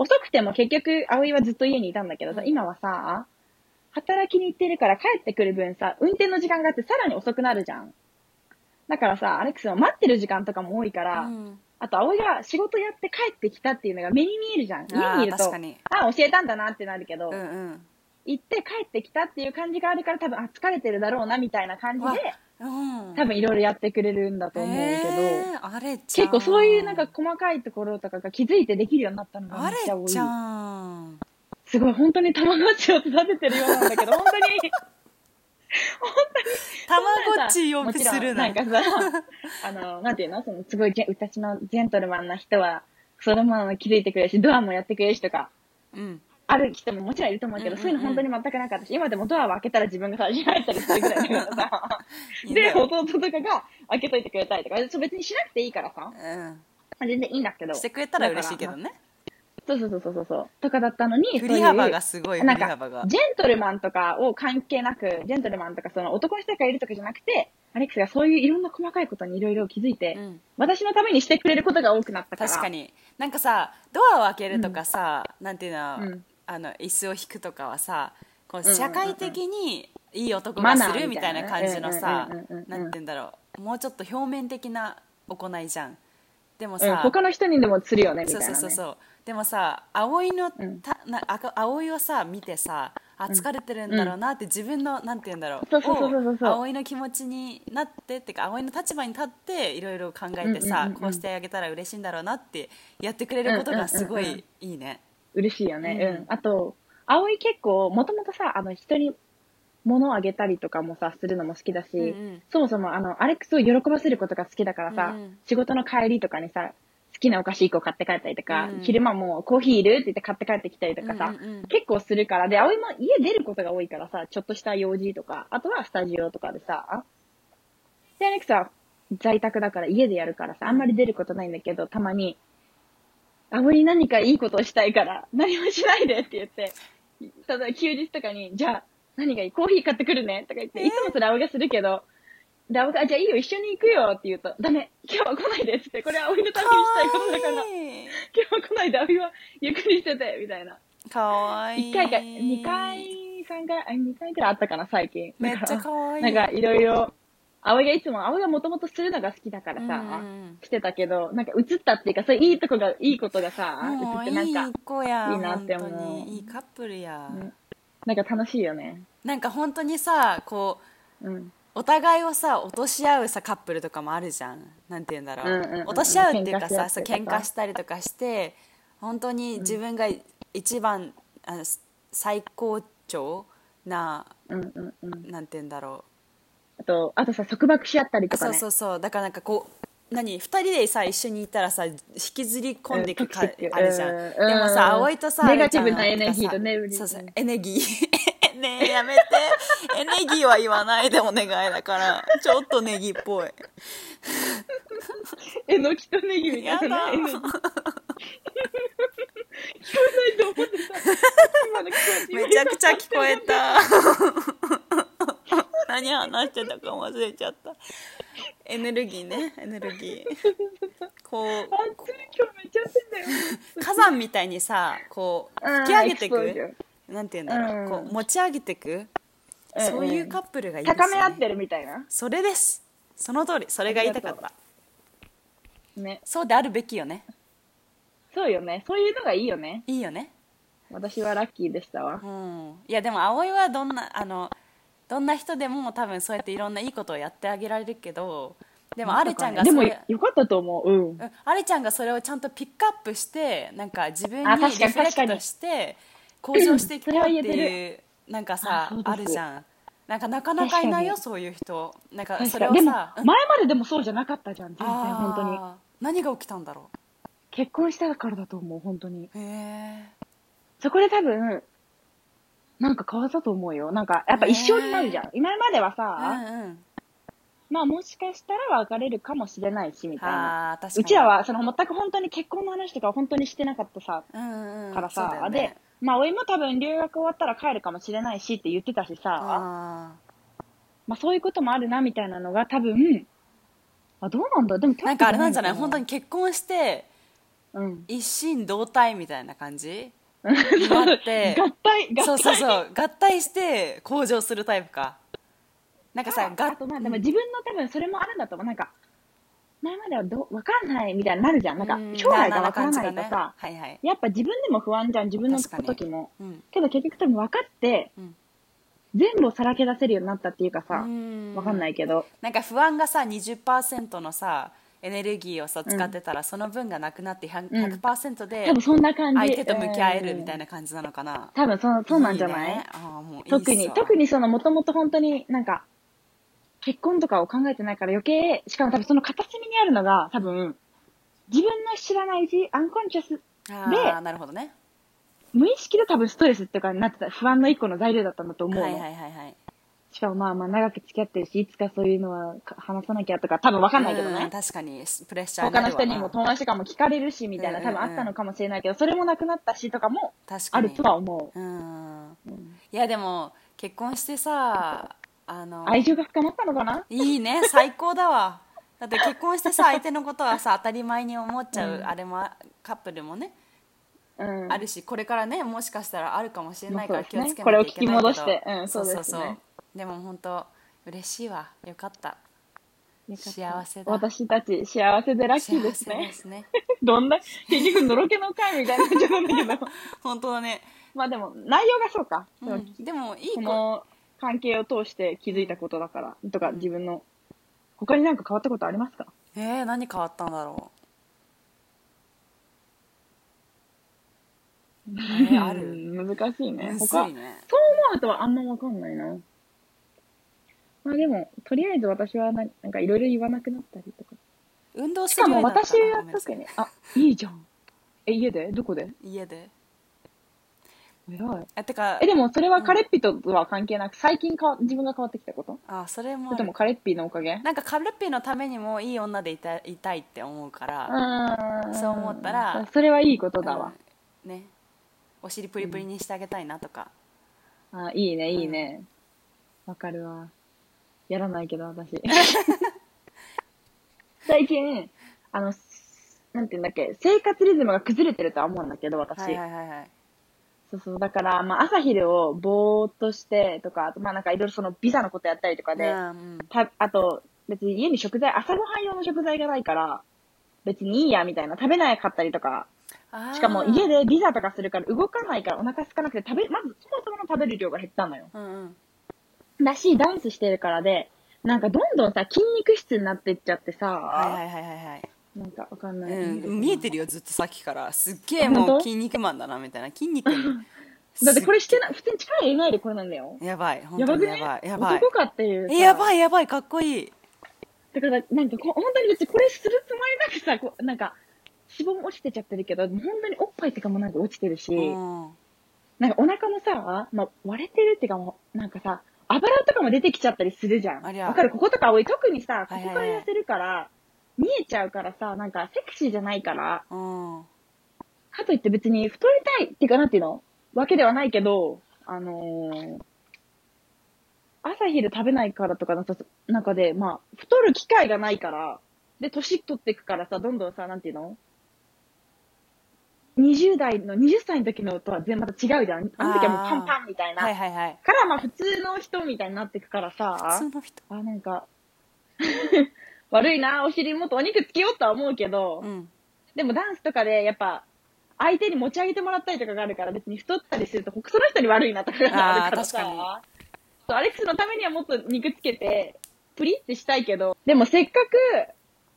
A: 遅くても結局、葵はずっと家にいたんだけどさ、
B: うん
A: 今はさ、働きに行ってるから帰ってくる分さ、運転の時間があってさらに遅くなるじゃん。だからさ、アレックスは待ってる時間とかも多いから、
B: あうん
A: あと葵が仕事やって帰ってきたっていうのが目に見えるじゃん。家
B: あ
A: にい
B: ー
A: ると
B: 確か、に
A: あ、教えたんだなってなるけど、
B: うんうん
A: 行って帰ってきたっていう感じがあるから多分、あ、疲れてるだろうなみたいな感じ
B: わ
A: で、
B: うん
A: 多分いろいろやってくれるんだと思うけど、
B: えーあれちゃん
A: 結構そういうなんか細かいところとかが気づいてできるようになったのが
B: あ
A: めっ
B: れ
A: ちゃ多い
B: ちゃん
A: すごい本当にたまごっちを育ててるようなんだけど本 当に
B: たまごっち呼びするな
A: もちろんなんかさあのなんていうのそのすごいジェ私のジェントルマンな人はそのまま気づいてくれるしドアもやってくれるしとか
B: うん
A: ある人ももちろんいると思うけど、
B: うんうんうん
A: そういうの本当に全くなかったし今でもドアを開けたら自分が最初に入ったりするぐらいだから さ
B: いい
A: で
B: ね
A: 弟とかが開けといてくれたりとかそう別にしなくていいからさ
B: うん
A: 全然いいんだけど
B: してくれたら嬉しいけどね
A: そうそうそうそうそうそうとかだったのに
B: 振り幅が
A: そう
B: すごい
A: い
B: 振
A: う
B: り
A: なん
B: 幅
A: か
B: が
A: ジェントルマンとかを関係なくジェントルマンとかその男の人がいるとかじゃなくてアレックスがそういういろんな細かいことにいろいろ気づいて、
B: うん
A: 私のためにしてくれることが多くなったから
B: 確か
A: に
B: になんかさドアを開けるとかさ、なんていうの,、
A: うん
B: あの椅子を引くとかはさこう
A: うんうんうん
B: 社会的にいい男
A: マ
B: が
A: ナー
B: する
A: み
B: みた
A: た
B: い
A: いな
B: な
A: ね
B: 感じのさ
A: うんうんうんうんうん
B: なんて言うんだろうもうちょっと表面的な行いじゃんでも
A: うん、
B: さ、
A: 他の人にでも釣るよねみた
B: そ
A: いうな、
B: そ
A: ね、
B: うそうそうでもさ葵の
A: うん
B: た、なあか葵をさ見てさあ疲れてるんだろうなって自分の、なんて言うんだろう
A: そうそうそうそうそう
B: を葵の気持ちになってっていうか葵の立場に立っていろいろ考えて
A: う
B: さ、
A: んうんうんうん
B: こうしてあげたら嬉しいんだろうなってやってくれることがすご
A: うんうんうん
B: いいいね、
A: 嬉しいよね、
B: う
A: うんんあと葵結構もともとさあの人に物をあげたりとかもさするのも好きだし、
B: うんうん
A: そもそもあのアレックスを喜ばせることが好きだからさ、
B: うんうん
A: 仕事の帰りとかにさ好きなお菓子1個買って帰ったりとか、
B: うん
A: 昼間もコーヒーいるって言って買って帰ってきたりとかさ、
B: うんうんうん
A: 結構するからで葵も家出ることが多いからさちょっとした用事とかあとはスタジオとかでさでアレックスは在宅だから家でやるからさあんまり出ることないんだけどたまに葵何かいいことをしたいから何もしないでって言ってただ休日とかにじゃあ何がいいコーヒー買ってくるねとか言って、いつもそれ葵がするけどで葵がじゃあいいよ一緒に行くよって言うとダメ今日は来ないでっつってこれは葵のためにしたいことだから
B: か
A: 今
B: わいい
A: 日は来ないで葵はゆっくりしててみたいな
B: かわいい
A: 1回か2回3回あ2回くらいあったかな最近
B: めっちゃかわいい
A: なんかいろいろ葵がいつも葵がもともとするのが好きだからさ、
B: うんうん
A: してたけどなんか映ったっていうかそういういいとこがいいことがさ
B: も
A: 映っ
B: う
A: てなん
B: いい
A: か
B: 子や
A: いいなって思う
B: 本当にいいカップルや、
A: ねなんか楽しいよね
B: なんか本当にさこう
A: うん
B: お互いをさ落とし合うさカップルとかもあるじゃんなんて言うんだろう,、
A: うんうんうん
B: 落とし合うっていうかさそう
A: 喧
B: 喧嘩
A: 嘩
B: し
A: した
B: りとかして本当に自分が一番あの最高潮な
A: うんうんうん
B: なんて言うんだろ
A: あとあとさ束縛し合ったり
B: う、
A: とか
B: そう
A: ね
B: そうそうだからなんかこう何2人でさ一緒にいたらさ引きずり込んでいくか、
A: うんトキシック
B: あるじゃん、
A: うん
B: でもさ葵とさ
A: ネガティブな
B: あれちゃん
A: エネルギーと
B: なんかさ
A: ネブリ
B: そうそうエネギー ねえやめてエネギーは言わないでお願いだからちょっとネギっぽい
A: えのきとネギみたいなね。
B: やだ
A: 聞こえないと思ってた。今の聞こえて
B: めちゃくちゃ聞こえた。 何話してたか忘れちゃった。エネルギーね、エネルギー。こ
A: あっつい今日めっちゃやってんだよ。
B: う、火山みたいにさ、こう、
A: うん
B: 引き上げて
A: エクス
B: い
A: ポージャ
B: く。なんて言うんだろう。
A: うん
B: こう、持ち上げていく。
A: うん
B: そういうカップルがいいです、ね。
A: 高め合ってるみたいな。
B: それです。その通り、それが言いたかっ
A: ありが
B: た。
A: ね。
B: そうであるべきよね。
A: そうよね。そういうのがいいよね。
B: いいよね。
A: 私はラッキーでしたわ
B: う。ん。いや、でも葵はどんな、あの、どんな人でも多分そうやっていろんないいことをやってあげられるけど、でも、あれちゃんが
A: でも
B: う
A: よかったと思う。うん。
B: うんあれちゃんがそれをちゃんとピックアップしてなんか自分に
A: あ
B: リ
A: 確
B: フ
A: か
B: レ
A: に確かに
B: クトして向上していこう
A: うんそ
B: って
A: れは言
B: いうなんか
A: あ
B: さ
A: そうです
B: あるじゃんなんかなかなかいないよそういう人なんか
A: 確
B: そ
A: か
B: れ
A: に。
B: を
A: でも、
B: さ
A: 前
B: うん
A: まででもそうじゃなかったじゃん。全然、本当に。
B: あー何が起きたんだろ
A: 結婚したからだと思う、本当に。
B: うへえ
A: そこで多分、なんか変わったと思うよ。なんか、やっぱ一緒になるじゃん。今までは
B: う
A: さ、
B: んうん
A: まあもしかしたら別れるかもしれないし、みたいな。
B: あー確かに
A: うちらは、その全く本当に結婚の話とか本当にしてなかったさ、
B: うんうんうん
A: から
B: そうだ
A: さ、
B: よね
A: で、まあ、おいも多分留学終わったら帰るかもしれないしって言ってたしさ、
B: あ
A: まあ、そういうこともあるなみたいなのが多分、あ、どうなんだでも
B: ーなんかあれなんじゃない本当
A: に。
B: に結婚して
A: うん。
B: 一心同体みたいな 感じになって
A: 合体、合体。
B: そうそうそう合体して向上するタイプかなんかさ
A: あ
B: 合
A: あとまあ、でも自分の多分それもあるんだと思う。なんか、前まではどう、わかんないみたいになるじゃん。なんか
B: う、
A: 将来がわからないと
B: なな
A: さ、
B: 感じがねはいはい
A: やっぱ自分でも不安じゃん。自分の
B: 確かに
A: 時も。
B: うん
A: けど結局多分分かって、
B: うん
A: 全部をさらけ出せるようになったっていうかさ、
B: ん
A: わかんないけど、
B: なんか不安がさ20%のさエネルギーをさ使ってたら、その分がなくなって100 100%で
A: 多分そんな感じ。
B: 相手と向き合えるみたい
A: な。
B: な感じなのかな、
A: 多分そそうなんじゃない
B: いねあーもういいっすわ
A: 特に、特にその、もともと本当になんか、結婚とかを考えてないから余計、しかも多分その片隅にあるのが、多分、自分の知らないうち、アンコンシャス、
B: ああなるほどね
A: 無意識で多分ストレスっていうかになってた、不安の一個の材料だったんだと思うの。
B: はいはいはいはい
A: しかもまあまあ長く付き合ってるし、いつかそういうのはか話さなきゃとか、多分わかんないけど
B: う
A: ね
B: ん。確かにプレッシャー
A: 他の人
B: な
A: に
B: る
A: も
B: わな
A: 友達とかも聞かれるし、みたいな、
B: うんう
A: 多
B: んうん
A: 分あったのかもしれないけど、それもなくなったしとかも、
B: 確か
A: あ
B: に
A: るとは思
B: うん
A: う。うん
B: いやでも結婚してさあの
A: 愛情が深まったのかない
B: いね最高だわだって結婚してさ相手のことはさ当たり前に思っちゃう、
A: うん
B: あれもカップルもね、
A: うん。
B: あるしこれからねもしかしたらあるかもしれないから
A: まあ
B: 気
A: そう
B: を
A: ですね
B: つけなきゃいけないけど、
A: これを聞き戻してうんそうですね
B: そうでも本当嬉しいわよかった
A: よかった
B: 幸せだ
A: 私たち幸せでラッキーです
B: 幸せで
A: ね。
B: すね
A: ど んな、結局、のろけの回みたいになっちゃったんだけど。
B: 本当だね、
A: まあでも、内容がそうか。
B: うんでもいい
A: こ
B: 子
A: の関係を通して気づいたことだから、とか自分の、他になんか変わったことありますか
B: えー、何変わったんだろ う、えーあ
A: う
B: る
A: ん難しいね。
B: むず
A: 他、
B: いね
A: そう思うとはあんまわかんないな。まあでも、とりあえず私はななんかいろいろ言わなくなったりとか。
B: 運動
A: し
B: す
A: か
B: るよう
A: も
B: になったな
A: 私は
B: ごめんなさ
A: 特
B: い
A: に、あ、いいじゃん。え、家でどこで
B: 家で
A: 偉い。
B: えてか
A: え、でもそれはカレッピとは関係なく、最近か自分が変わってきたこと
B: あそれも
A: それともカレッピのおかげ
B: なんかカルピーのためにもいい女でいたいたいって思うから、
A: うん
B: そう思ったら
A: それはいいことだわ。
B: うんねお尻プリプリにしてあげたいなとか、
A: あ、いいね、いいね。わかるわ。やらないけど、私。最近、あの、すなんていうんだっけ、生活リズムが崩れてるとは思うんだけど、私。
B: はいはいはいはい
A: そうそう。だから、まあ、朝昼をぼーっとしてとか、あとまあ、なんかいろいろそのビザのことやったりとかで、
B: うん
A: た、あと、別に家に食材、朝ごはん用の食材がないから、別にいいや、みたいな。食べなかったりとか、
B: あー
A: しかも家でビザとかするから動かないからお腹空かなくて食べ、まずそもそもの食べる量が減ったのよ。
B: うんうん
A: だし、ダンスしてるからで、なんかどんどんさ、筋肉質になってっちゃってさ、
B: はいはいはいはいはい
A: なんかわかんない。
B: うん、見えてるよずっとさっきからすっげえ
A: あ本当
B: もう筋肉マンだなみたいな筋肉に
A: だってこれしてない、普通に力入れないでこれなんだよ。
B: やばい本
A: や
B: 当
A: ばく
B: に
A: ね
B: やばいやばい
A: 男かっていうさ。
B: えやば
A: い
B: いやばいかっこいい
A: だから、なんかこう、本当に別にこれするつもりなくさ、こう、なんか、脂肪も落ちてちゃってるけど、本当におっぱいとかもなんか落ちてるし、
B: うん
A: なんかお腹もさ、まあ、割れてるっていうかもう、なんかさ、油とかも出てきちゃったりするじゃん。
B: ありゃ
A: わかるこことか多い。特にさ、こ
B: はいは
A: こ
B: い
A: から痩せるから、見えちゃうからさ、なんかセクシーじゃないから、
B: うん
A: かといって別に太りたいっていうかなんていうのわけではないけど、あのー朝昼食べないからとかの中で、まあ、太る機会がないから、で、年取っていくからさ、どんどんさ、なんていうの ?20 代の、20歳の時のとは全然また違うじゃん。あの時はもうパンパンみたいな。
B: はいはいはい
A: から、まあ、普通の人みたいになっていくから
B: 普
A: さ
B: 通、の人
A: あ、なんか、 悪いな、お尻もっとお肉つけようとは思うけど、
B: うん
A: でもダンスとかで、やっぱ、相手に持ち上げてもらったりとかがあるから、別に太ったりすると、その人に悪いなとかがあるからさ。
B: あー確か
A: そうアレックスのためにはもっと肉つけて、プリってしたいけど、でもせっかく、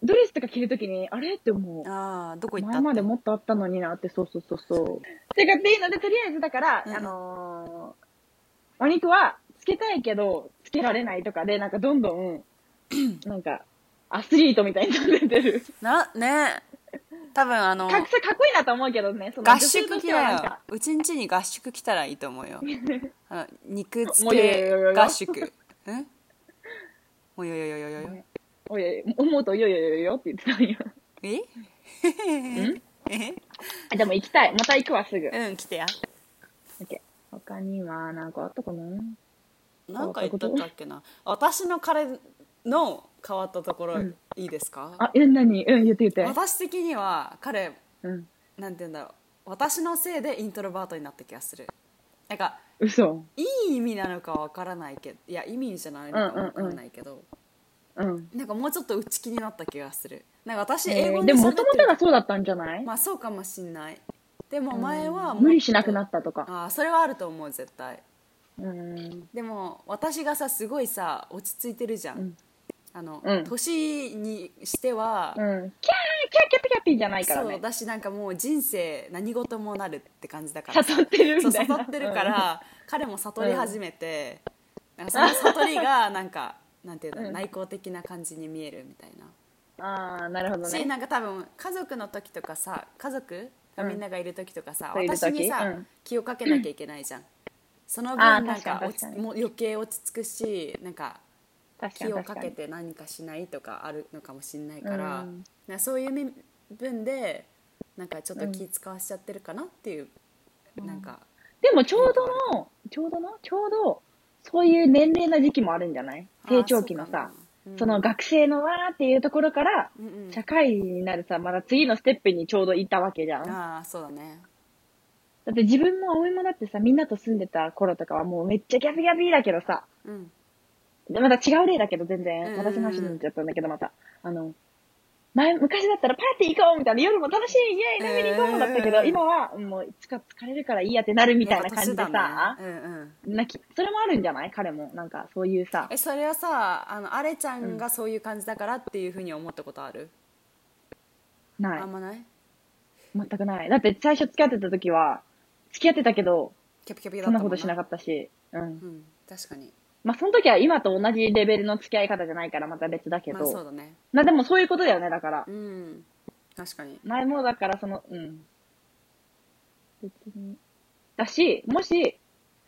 A: ドレスとか着るときに、あれって思う。
B: ああどこ行った
A: 前までもっとあったのになって、そうそうそうそう。てかっていうので、とりあえずだから、
B: うん
A: あのーお肉はつけたいけど、つけられないとかで、なんかどんど ん、なんか、アスリートみたいになってる。
B: なね多分あの
A: かそれかっこいいなと思うけどね、その
B: 合
A: 女性と
B: 宿
A: し
B: 来
A: ては
B: な
A: なん
B: よ
A: か、
B: うちんちに合宿来たらいいと 思うよあの肉付
A: もうよよ
B: け
A: よよよ
B: 合宿うんもうよよよよよよ
A: おいおい思うと、よいよいよいよって言ってたんよ。
B: ええ
A: あでも行きたい。また行くわ、すぐ。
B: うん来てや
A: OK 他には、なんかあったかな
B: なんか言ったったっけな私の彼の変わったところ、
A: うん
B: いいですか
A: あ、え、何うん、言って言って。
B: 私的には彼
A: うん。
B: なんて言うんだろう私のせいでイントロバートになった気がするなんか
A: 嘘。
B: いい意味なのかわからないけどいや意味じゃないのかわからないけど、
A: うん。
B: なんかもうちょっと内気になった気がするなんか私英
A: え
B: 語
A: ーで
B: で喋
A: も、も
B: って
A: と
B: る
A: もとがそうだったんじゃない
B: まあそうかもしんないでも前はもっと
A: 無理しなくなったとか。
B: あーそれはあると思う絶対
A: うん。
B: でも私がさすごいさ落ち着いてるじゃん、
A: うん
B: あの、
A: うん
B: 年にしては、
A: うん。キャーキャーキャピキャピじゃないから
B: そう
A: ね。
B: だしなんかもう人生何事もなるって感じだからさ
A: 誘ってる
B: そ
A: み
B: う
A: たい
B: 悟
A: な。
B: ってるから、彼も悟り始めて、なんかその悟りがなんかなんていうんだろう
A: うん
B: 内向的な感じに見えるみたいな、
A: うん。ああ、なるほど
B: し
A: ね。
B: なんか多分家族の時とかさ家族がみんながいる時とかさ、
A: うん
B: 私にさ、
A: いる時うん
B: 気をかけなきゃいけないじゃんその分
A: あ
B: な
A: ー
B: んか
A: 確かに
B: 落ち
A: 確かに
B: もう余計落ち着くしなんか
A: 確か
B: 気
A: に
B: を
A: 確
B: か
A: か
B: け
A: に。
B: て何かしないとかあるのかもしれないから、
A: うん
B: なんかそういう面分でなんかちょっと気使わしちゃってるかなっていう、
A: うん
B: なんか
A: でもちょうどの、ちょうどの、ちょうど、そういう年齢な時期もあるんじゃない成長期のさ、その学生のわーっていうところから、
B: うんうん
A: 社会人になるさ、まだ次のステップにちょうどいたわけじゃん。だ
B: ああそうだね
A: って自分も葵もだってさ、みんなと住んでた頃とかはもうめっちゃギャビギャビだけどさ、
B: うん
A: でまた違う例だけど全
B: うんうん
A: 然、
B: うん
A: 私の話になっちゃったんだけどまた、あの、前、昔だったらパーティー行こうみたいな、夜も楽しい、イエーイ飲みに行こうだったけ
B: うんうん
A: ど、
B: うん
A: 今はもういつか疲れるからいいやってなるみたいな感じで
B: やっぱ
A: さ、
B: 年だねうんうん
A: なきそれもあるんじゃない彼も。なんかそういうさ、
B: えそれはさあのアレちゃんがそういう感じだからっていうふうに思ったことある、
A: ない
B: あん。まない
A: 全くない。だって最初付き合ってた時は、付き合ってたけど、
B: キャピキャピだ
A: そ
B: った
A: ん
B: も
A: なことしなか
B: っ
A: ったし、うん。
B: たうん確かに
A: まあその時は今と同じレベルの付き合い方じゃないからまた別だけ
B: まあそう
A: ど、
B: だね
A: な、でもそういうことだよね、だから
B: う。ん確かに
A: 前もだからその、うん。別に。だし、もし、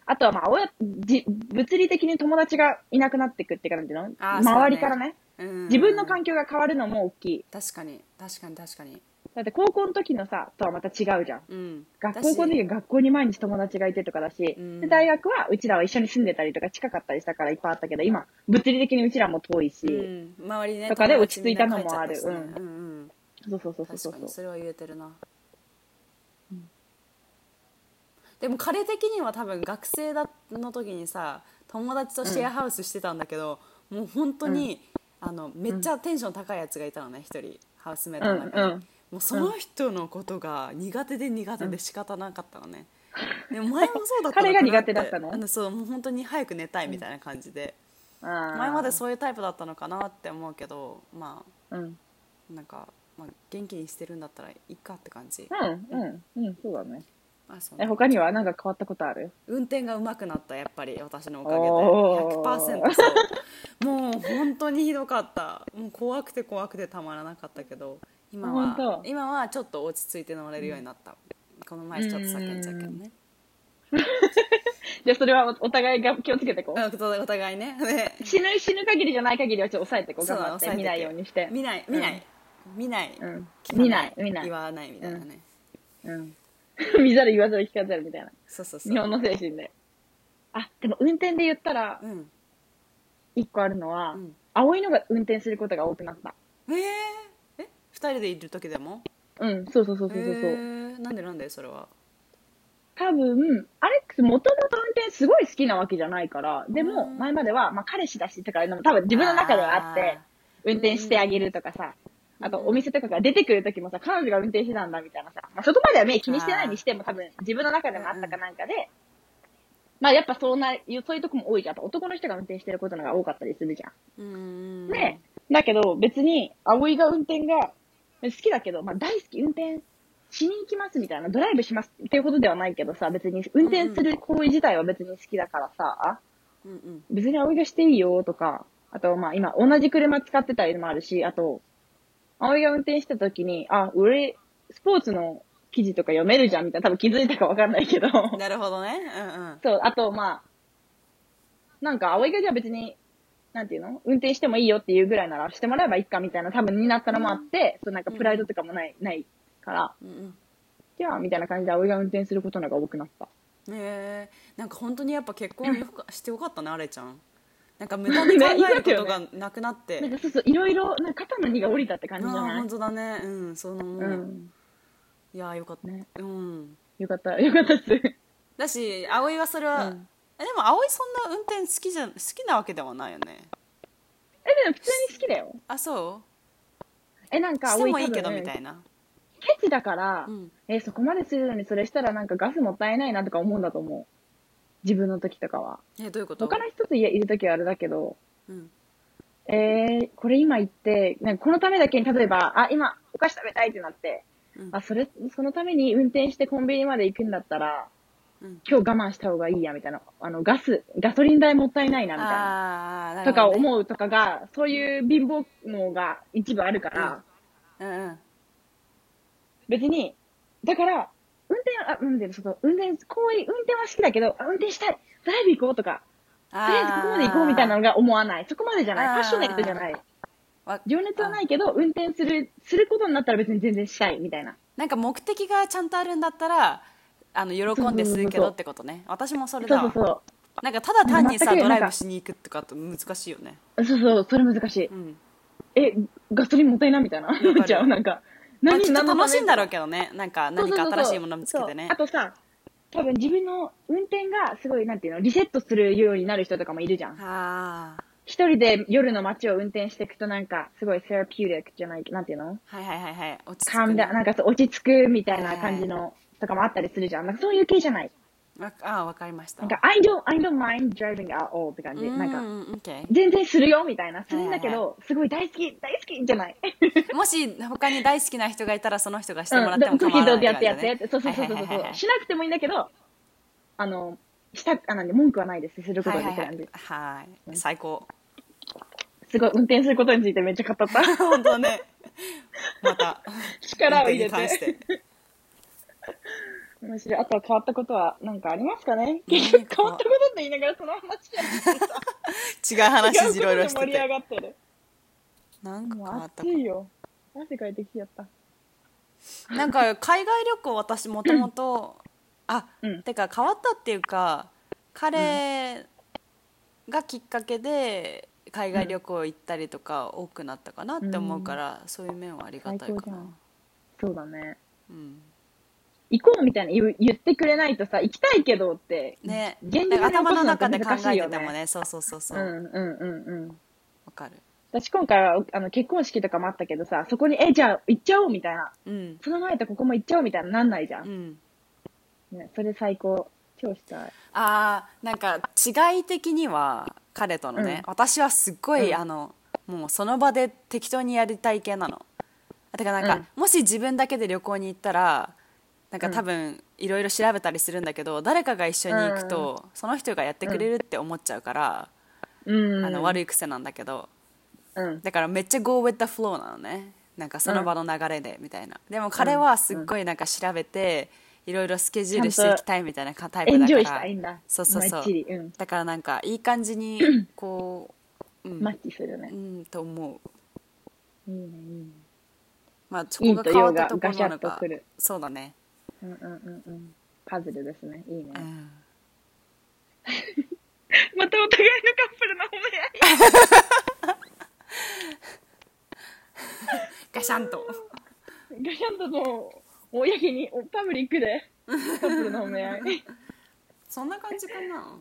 A: あとはまあ、親、じ、物理的に友達がいなくなってくって感じの
B: あー
A: 周りからね
B: うん
A: 自分の環境が変わるのも大きい。
B: 確かに確かに確かに
A: だって高校の時のさ、とはまた違うじゃん。
B: うん
A: 学
B: だし
A: 校の時は学校に毎日友達がいてとかだし、
B: うん
A: で大学はうちらは一緒に住んでたりとか近かったりしたからいっぱいあったけど、今、物理的にうちらも遠いし、
B: うん、周りね
A: とかで
B: 友
A: 落
B: 達
A: ち着いたのもある
B: みんな帰っちゃったしねうんうん
A: そうそうそうそうそ
B: 確
A: う
B: かにそれは言えてるな、
A: うん
B: でも彼的には多分学生だの時にさ友達とシェアハウスしてたんだけど、もう本当に、あのめっちゃテンション高いやつがいたのね一人ハウスメイトの中に、
A: うんうん
B: もうその人のことが苦手で苦手で仕方なかったのね、でも前もそうだったの
A: 彼が苦手だったの
B: あのそうもう本当に早く寝たいみたいな感じで、
A: あー
B: 前までそういうタイプだったのかなって思うけどまあ
A: うん。うん、
B: なんか、まあ、元気にしてるんだったらいいかって感じ、
A: うん、うん、そうだね。
B: あそう
A: え、他にはなんか変わったことある
B: 運転が上手くなったやっぱり私のおか
A: お
B: げで100%そうもう本当にひどかったもう怖くて怖くてたまらなかったけど今は
A: 本当
B: 今はちょっと落ち着いて乗れるようになった、この前ちょっと叫んじゃうけどね
A: じゃあそれはおお互いが気をつけてこう。
B: あお互いね ね
A: 死ぬ、死ぬ限りじゃない限りはちょっと抑えてこう。
B: そう
A: 頑
B: だ
A: 張って。
B: 抑えて
A: 見ないようにして。
B: 見ない見ない、見ない、
A: うん。
B: 聞か
A: 見ない、見ない
B: 言。わないみたいなね、
A: うん。 見ざる言わざる聞かざるみたいな。
B: そうそうそう
A: 日本の精神で。あ、でも運転で言ったら
B: う、ん
A: 一個あるのは、
B: うん
A: 葵のが運転することが多くなった。
B: えー、え二人でいる時でも
A: うん、そうそうそうそうそう。
B: え
A: う
B: ーなんでなんでそれは
A: 多分、アレックスもともと運転すごい好きなわけじゃないから、で
B: う
A: も、
B: ん
A: 前までは、まあ彼氏だしとかいうのも多分自分の中ではあって、運転してあげるとかさ、
B: うん
A: あとお店とかから出てくるときもさ、彼女が運転してたんだみたいなさ、まあ、そこまでは目気にしてないにしても多分自分の中でもあったかなんかで、まあやっぱそんな、そういうとこも多いじゃん。やっぱ男の人が運転してることのが多かったりするじゃん。
B: うん
A: ね、だけど別に、葵が運転が好きだけど、まあ大好き、運転しに行きますみたいな、ドライブしますっていうことではないけどさ、別に運転する行為自体は別に好きだからさ、
B: うんうん
A: 別に葵がしていいよとか、あとまあ今同じ車使ってたりもあるし、あと、葵が運転した時に、あ、俺、スポーツの記事とか読めるじゃんみたいな、多分気づいたかわかんないけど。
B: なるほどねうんうん
A: そう、あと、まあ、なんか、葵がじゃあ別に、なんていうの運転してもいいよっていうぐらいならしてもらえばいいかみたいな多分になったのもあって、そうなんかプライドとかもない、ないから、
B: うんうん
A: じゃあみたいな感じで葵が運転することの方が多くなった。
B: ねえなんか本当にやっぱ結婚よくしてよかったねあれちゃんなんか無駄に考 えることがなくなって、
A: なんかそうそう、いろいろ、なんか肩の荷が下りたって
B: ああ
A: 感じじゃない
B: 本当だねうんそのもう、
A: うん。
B: いやよかった、
A: ね
B: うん
A: よかった、よかったっす。
B: だし葵はそれは、
A: うん
B: えでも葵そんな運転好きじゃ好きなわけではないよね
A: え、でも普通に好きだよ。
B: あそ
A: え、なん
B: う
A: か
B: して
A: 葵
B: もいいけど
A: 多分
B: みたいな、
A: ケチだから、
B: うん、
A: え、そこまでするのにそれしたらなんかガスもったいないなとか思うんだと思自分の時とかは。
B: えどういうこと
A: 他の人といいる時はあれだけど、
B: うん
A: えー、これ今言って、なんかこのためだけに、例えば、あ、今、お菓子食べたいってなって、
B: うん
A: あ、それ、そのために運転してコンビニまで行くんだったら、
B: うん
A: 今日我慢した方がいいや、みたいな。あの、ガス、ガソリン代もったいないな、みたいな。
B: ああな
A: とか
B: う、
A: 思うとかが、そういう貧乏脳が一部あるから、
B: うんうん、
A: 別に、だから、運転、あ、運転、その、運転、こういう、運転は好きだけど、あ運転したいドライブ行こうとか、とりあえずここまで行こうみたいなのが思わない。そこまでじゃない。
B: あー
A: パッショネットじゃない。
B: わ
A: 情熱はないけど、運転する、することになったら別に全然したい、みたいな。
B: なんか目的がちゃんとあるんだったらあの喜んでするけどってことね私もそれ
A: そう
B: だ
A: そう
B: わ
A: そう。
B: なんかただ単にさ
A: 全く
B: ドラ
A: なん
B: イブ
A: か
B: しに行くとかって難しいよね
A: そうそう、それ難しい。
B: うん
A: え、ガソリンもったいないみたいな。
B: る
A: 思っちゃう、なんか。
B: まあきっと楽しいんだろう
A: け
B: けどねなんか何か新しいもの見つけてね
A: あとさ、多分自分の運転がすごい、なんていうの、リセットするようになる人とかもいるじゃん。
B: ああ
A: 一人で夜の街を運転していくとなんか、すごいセラピューティックじゃない、なんていうの
B: はいはいはいはい落ち着
A: カ
B: く
A: ン
B: ね
A: ダ、なんかそう落ち着くみたいな感じの、とかもあったりするじゃん。なんかそういう系じゃない。
B: わああわかりました
A: なんか、I don't, I don't mind driving at all って感
B: う
A: じ。
B: ん
A: なん
B: う
A: か、
B: んうん OK
A: 全然するよみたいな。するんだけ
B: はい
A: ど、すごい大好き、大好きじゃない。
B: もし他に大好きな人がいたらその人がしてもら
A: う
B: っ
A: ん、で
B: ても
A: も、
B: 構わな
A: 時
B: い
A: 々やってや
B: 感
A: って
B: じだ
A: や
B: ね
A: って。そうそうそうそう
B: はいはいはいはい
A: しなくてもいいんだけど、あの、した、あ、なんで、文句はないです。すること
B: は
A: に
B: い
A: つ
B: はいい
A: て
B: は
A: なんで
B: い。はい最高
A: すごい、運転することについてめっちゃ語った。
B: 本当ねまた
A: 力を入れ。
B: 運転に関してて
A: 面白い。あとは変わったことは何かありますかね
B: 何
A: 変
B: か
A: わったことって言いながらその話じゃな
B: 違う話
A: い
B: いろいろし
A: 盛
B: て
A: り上
B: て
A: がってる。
B: なんか変
A: も
B: わ
A: う
B: ったか
A: 暑いよ。汗かいてきちゃった。
B: なんか海外旅行私もともとあ、
A: うん
B: てか変わったっていうか彼がきっかけで海外旅行行ったりとか多くなったかなって思うから、そういう面はありがたい
A: 最
B: か
A: 高じゃ
B: なん
A: そうだね。
B: うん
A: 行こうみたいな言う言ってくれないとさ、行きたいけどって。
B: ね
A: 現実に
B: なんか頭の中で
A: 起
B: 考
A: こすのって難し
B: え
A: い
B: て
A: よ
B: て
A: ね
B: もねそうそうそうそううんわ、
A: うんうんうん。
B: かる
A: 私今回はあの結婚式とかもあったけどさ、そこに、え、じゃあ行っちゃおうみたいな。
B: うん
A: その前とここも行っちゃおうみたいななんないじゃ。
B: うんん
A: ね、それ最高。超したい。
B: あーなんか違い的には彼とのね、私はすっごい、
A: うん
B: あのもうその場で適当にやりたい系なのてかなんか、もし自分だけで旅行に行ったらなんか
A: うん
B: 多分いろいろ調べたりするんだけど誰かが一緒に行くと、その人がやってくれるって思っちゃうから、
A: うん。
B: あの悪い癖なんだけど
A: うん。
B: だからめっちゃ go with the flow なのねなんかその場の流れでみたいな、でも彼はすっごいなんか調べていろいろスケジュールしていきたいみたいなタイ
A: エ
B: プだから
A: ンジョイしたいんだ。
B: そうそうそ
A: ま
B: う
A: っちり。うん。
B: だからなんかいい感じにこう、うん
A: マッチするね
B: う。んと思う
A: いいね、いいね。
B: まあそこが変わったとこ
A: 陰と陽が
B: ろなの
A: ガシャッ
B: か
A: とくる
B: そうだね、
A: うんうんうんうん。パズルですね。いいね。
B: うん、
A: またお互いのカップルの褒め合い。
B: ガシャンと
A: ガシャンとの、公に、おパブリック で、カップルの褒め合い。
B: そんな感じかな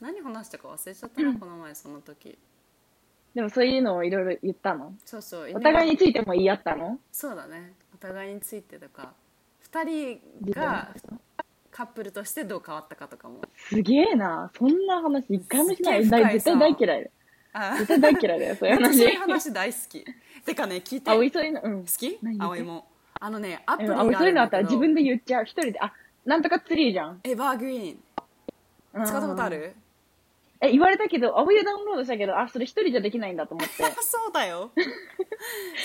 B: 何話したか忘れちゃったなこの前その時
A: でもそういうのをいろいろ言ったの
B: そうそう
A: お互い
B: に
A: についても言い合ったの
B: そうだねお互いについてとか2人
A: 理解
B: がカップルとしてどう変わったかとかも
A: すげえな。そんな話一回もしない。
B: すっげえ深い
A: 大絶対大嫌いだよ。
B: あ
A: 絶対大嫌いだよ、そういう
B: そう
A: 話
B: いう。話大好きてかね聞いて
A: あ、お
B: 好
A: いそういうの、うん。
B: き
A: 何言って
B: 葵もあのねアプリ
A: うん
B: が
A: あ、
B: あ
A: おいそうい
B: る
A: うんのあ
B: だ
A: ったら
B: けど
A: 自分で言っちゃう。一人で、あ、なんとかツリーじゃん。
B: エバーグリーン
A: うん
B: 使ったことある
A: え、言われたけど、あ、お湯ダウンロードしたけど、あ、それ一人じゃできないんだと思 って。
B: そうだよ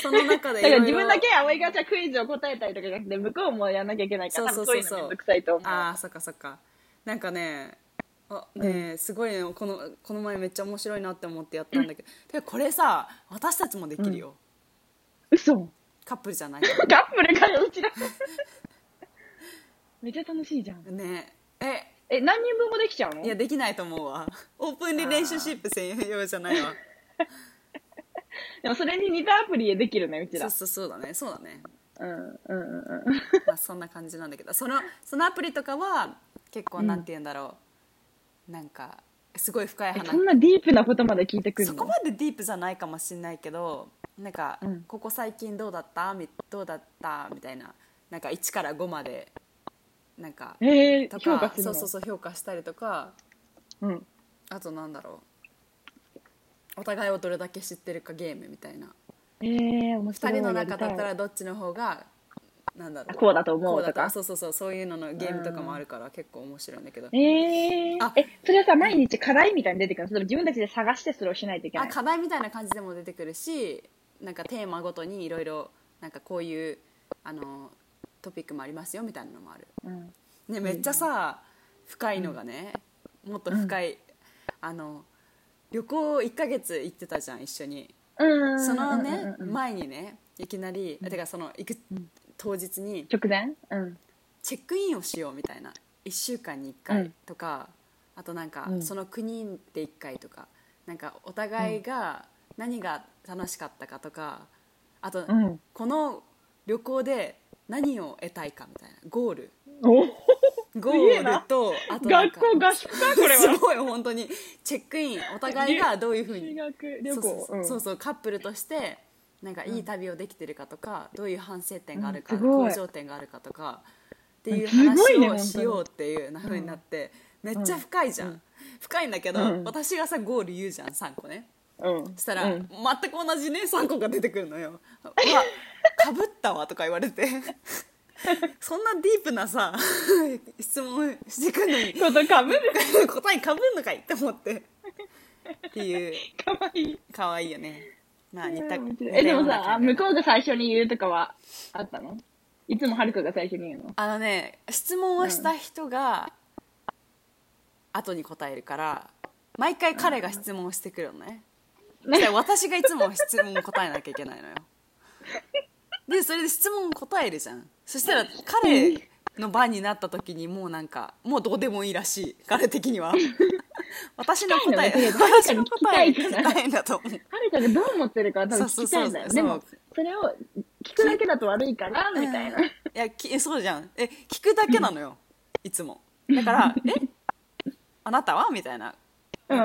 B: その中で
A: だから
B: いろい
A: 自
B: ろ
A: 分だけ葵がじゃあクイズを答えたりとかじゃなくて、向こうもやんなきゃいけないから、
B: そ
A: そうう
B: そ
A: そううそうい
B: そうそう
A: うのめんどくさいと思う。
B: ああそっかそっかなんかねあねえ、すごいねこのこの前めっちゃ面白いなって思ってやったんだけどてかこれさ私たちもできるよ、
A: 嘘
B: カップルじゃないか
A: カップルからうちだ。めっちゃ楽しいじゃん。
B: らねえ
A: え、何人分もできちゃうの
B: いやできないと思うわオープンリレーションシップ専用じゃないわ
A: でもそれに似たアプリでできるね、うち
B: そ
A: ら
B: う。そうそうだねそうだね
A: うん、うん、うんうん。
B: まあそんな感じなんだけどそのそのアプリとかは結構なんて言うんだろう、なんかすごい深い
A: え
B: 話
A: そんなディープなことまで聞いてくる
B: そ
A: の
B: こまでディープじゃないかもしれないけどなんか、
A: うん
B: ここ最近どうだったみどうだったみたいななんか1から5までなんか
A: えー、
B: と
A: 評価
B: か
A: する
B: そ
A: の
B: うそうそう評価したりとか
A: うん。
B: あとなんだろうお互いをどれだけ知ってるかゲームみたいな
A: ええー、面
B: 2
A: 白い。
B: 人の中だった
A: や
B: ら
A: り
B: どっちの方がなんだろう
A: こうだと思う
B: こだ
A: とか
B: そうそうそうそういうののゲームとかもあるから結構面白いんだけど、
A: たい、ええ
B: あ
A: ー。え、それはさ、毎日課題みたいに出てくるのそれとも自分たちで探してそれをしないといけな
B: あ
A: い。
B: 課題みたいな感じでも出てくるしなんかテーマごとにいろいろなんかこういうあのトピックもありますよみたいなのもある、
A: うん。
B: ね、めっちゃさ深いのがね、もっと深い、あの旅行1ヶ月行ってたじゃん一緒に
A: うん。
B: その
A: うんうん
B: ね
A: うんうん
B: 前にねいきなり、てかその行く当日に
A: 直前うん。
B: チェックインをしようみたいな1週間に1回とか、あとなんか
A: うん
B: その国で1回とかなんかお互いが何が楽しかったかとかあと
A: うん。
B: この旅行で何を得たいかみたいなゴール
A: お
B: ゴ
A: げえ
B: ー
A: な
B: ルとあとなん
A: 学
B: か
A: 校合宿かこれは
B: す。ごい本当にチェックインお互いがどういうふうに
A: 修学旅行。
B: そうそうそううんそうカップルとしてなんかいい旅をできてるかとか、どういう反省点があるか、
A: うんすごい
B: 向上点があるかとかっていう
A: すごいね本
B: 話
A: 当
B: を
A: に
B: しようっていうな風になって、めっちゃ深いじゃん、深いんだけど、
A: うん
B: 私がさゴール言うじゃん3個ね
A: うん。
B: そしたら、
A: うん
B: 全く同じね3個が出てくる のよ「うわかぶったわ」とか言われて そんなディープなさ質問してくるのに
A: ことかぶる。
B: 答えかぶんのかいって思ってっていう
A: かわいい。
B: 可愛いよねまあ似た
A: え、でもさ、向
B: 似たような感じ
A: こうが最初に言うとかはあったのいつもはるかが最初に言うの
B: あのね質問をした人が後に答えるから毎回彼が質問をしてくるのねそしたら私がいつも質問を答えなきゃいけないのよでそれで質問を答えるじゃんそしたら彼の番になった時にもうなんかもうどうでもいいらしい彼 的には私の答
A: 聞きたい
B: え
A: のだけど
B: 私の答え
A: 聞きたいから
B: 聞きたいんだと思う
A: はるかがどう思ってるかは多分聞きたいんだよ。
B: そうそ
A: で
B: うそうそう
A: も、それを聞くだけだと悪いから、みたいな
B: うん。いやきそうじゃんえ聞くだけなのよいつも だから「えあなたは?」みたいな
A: うん。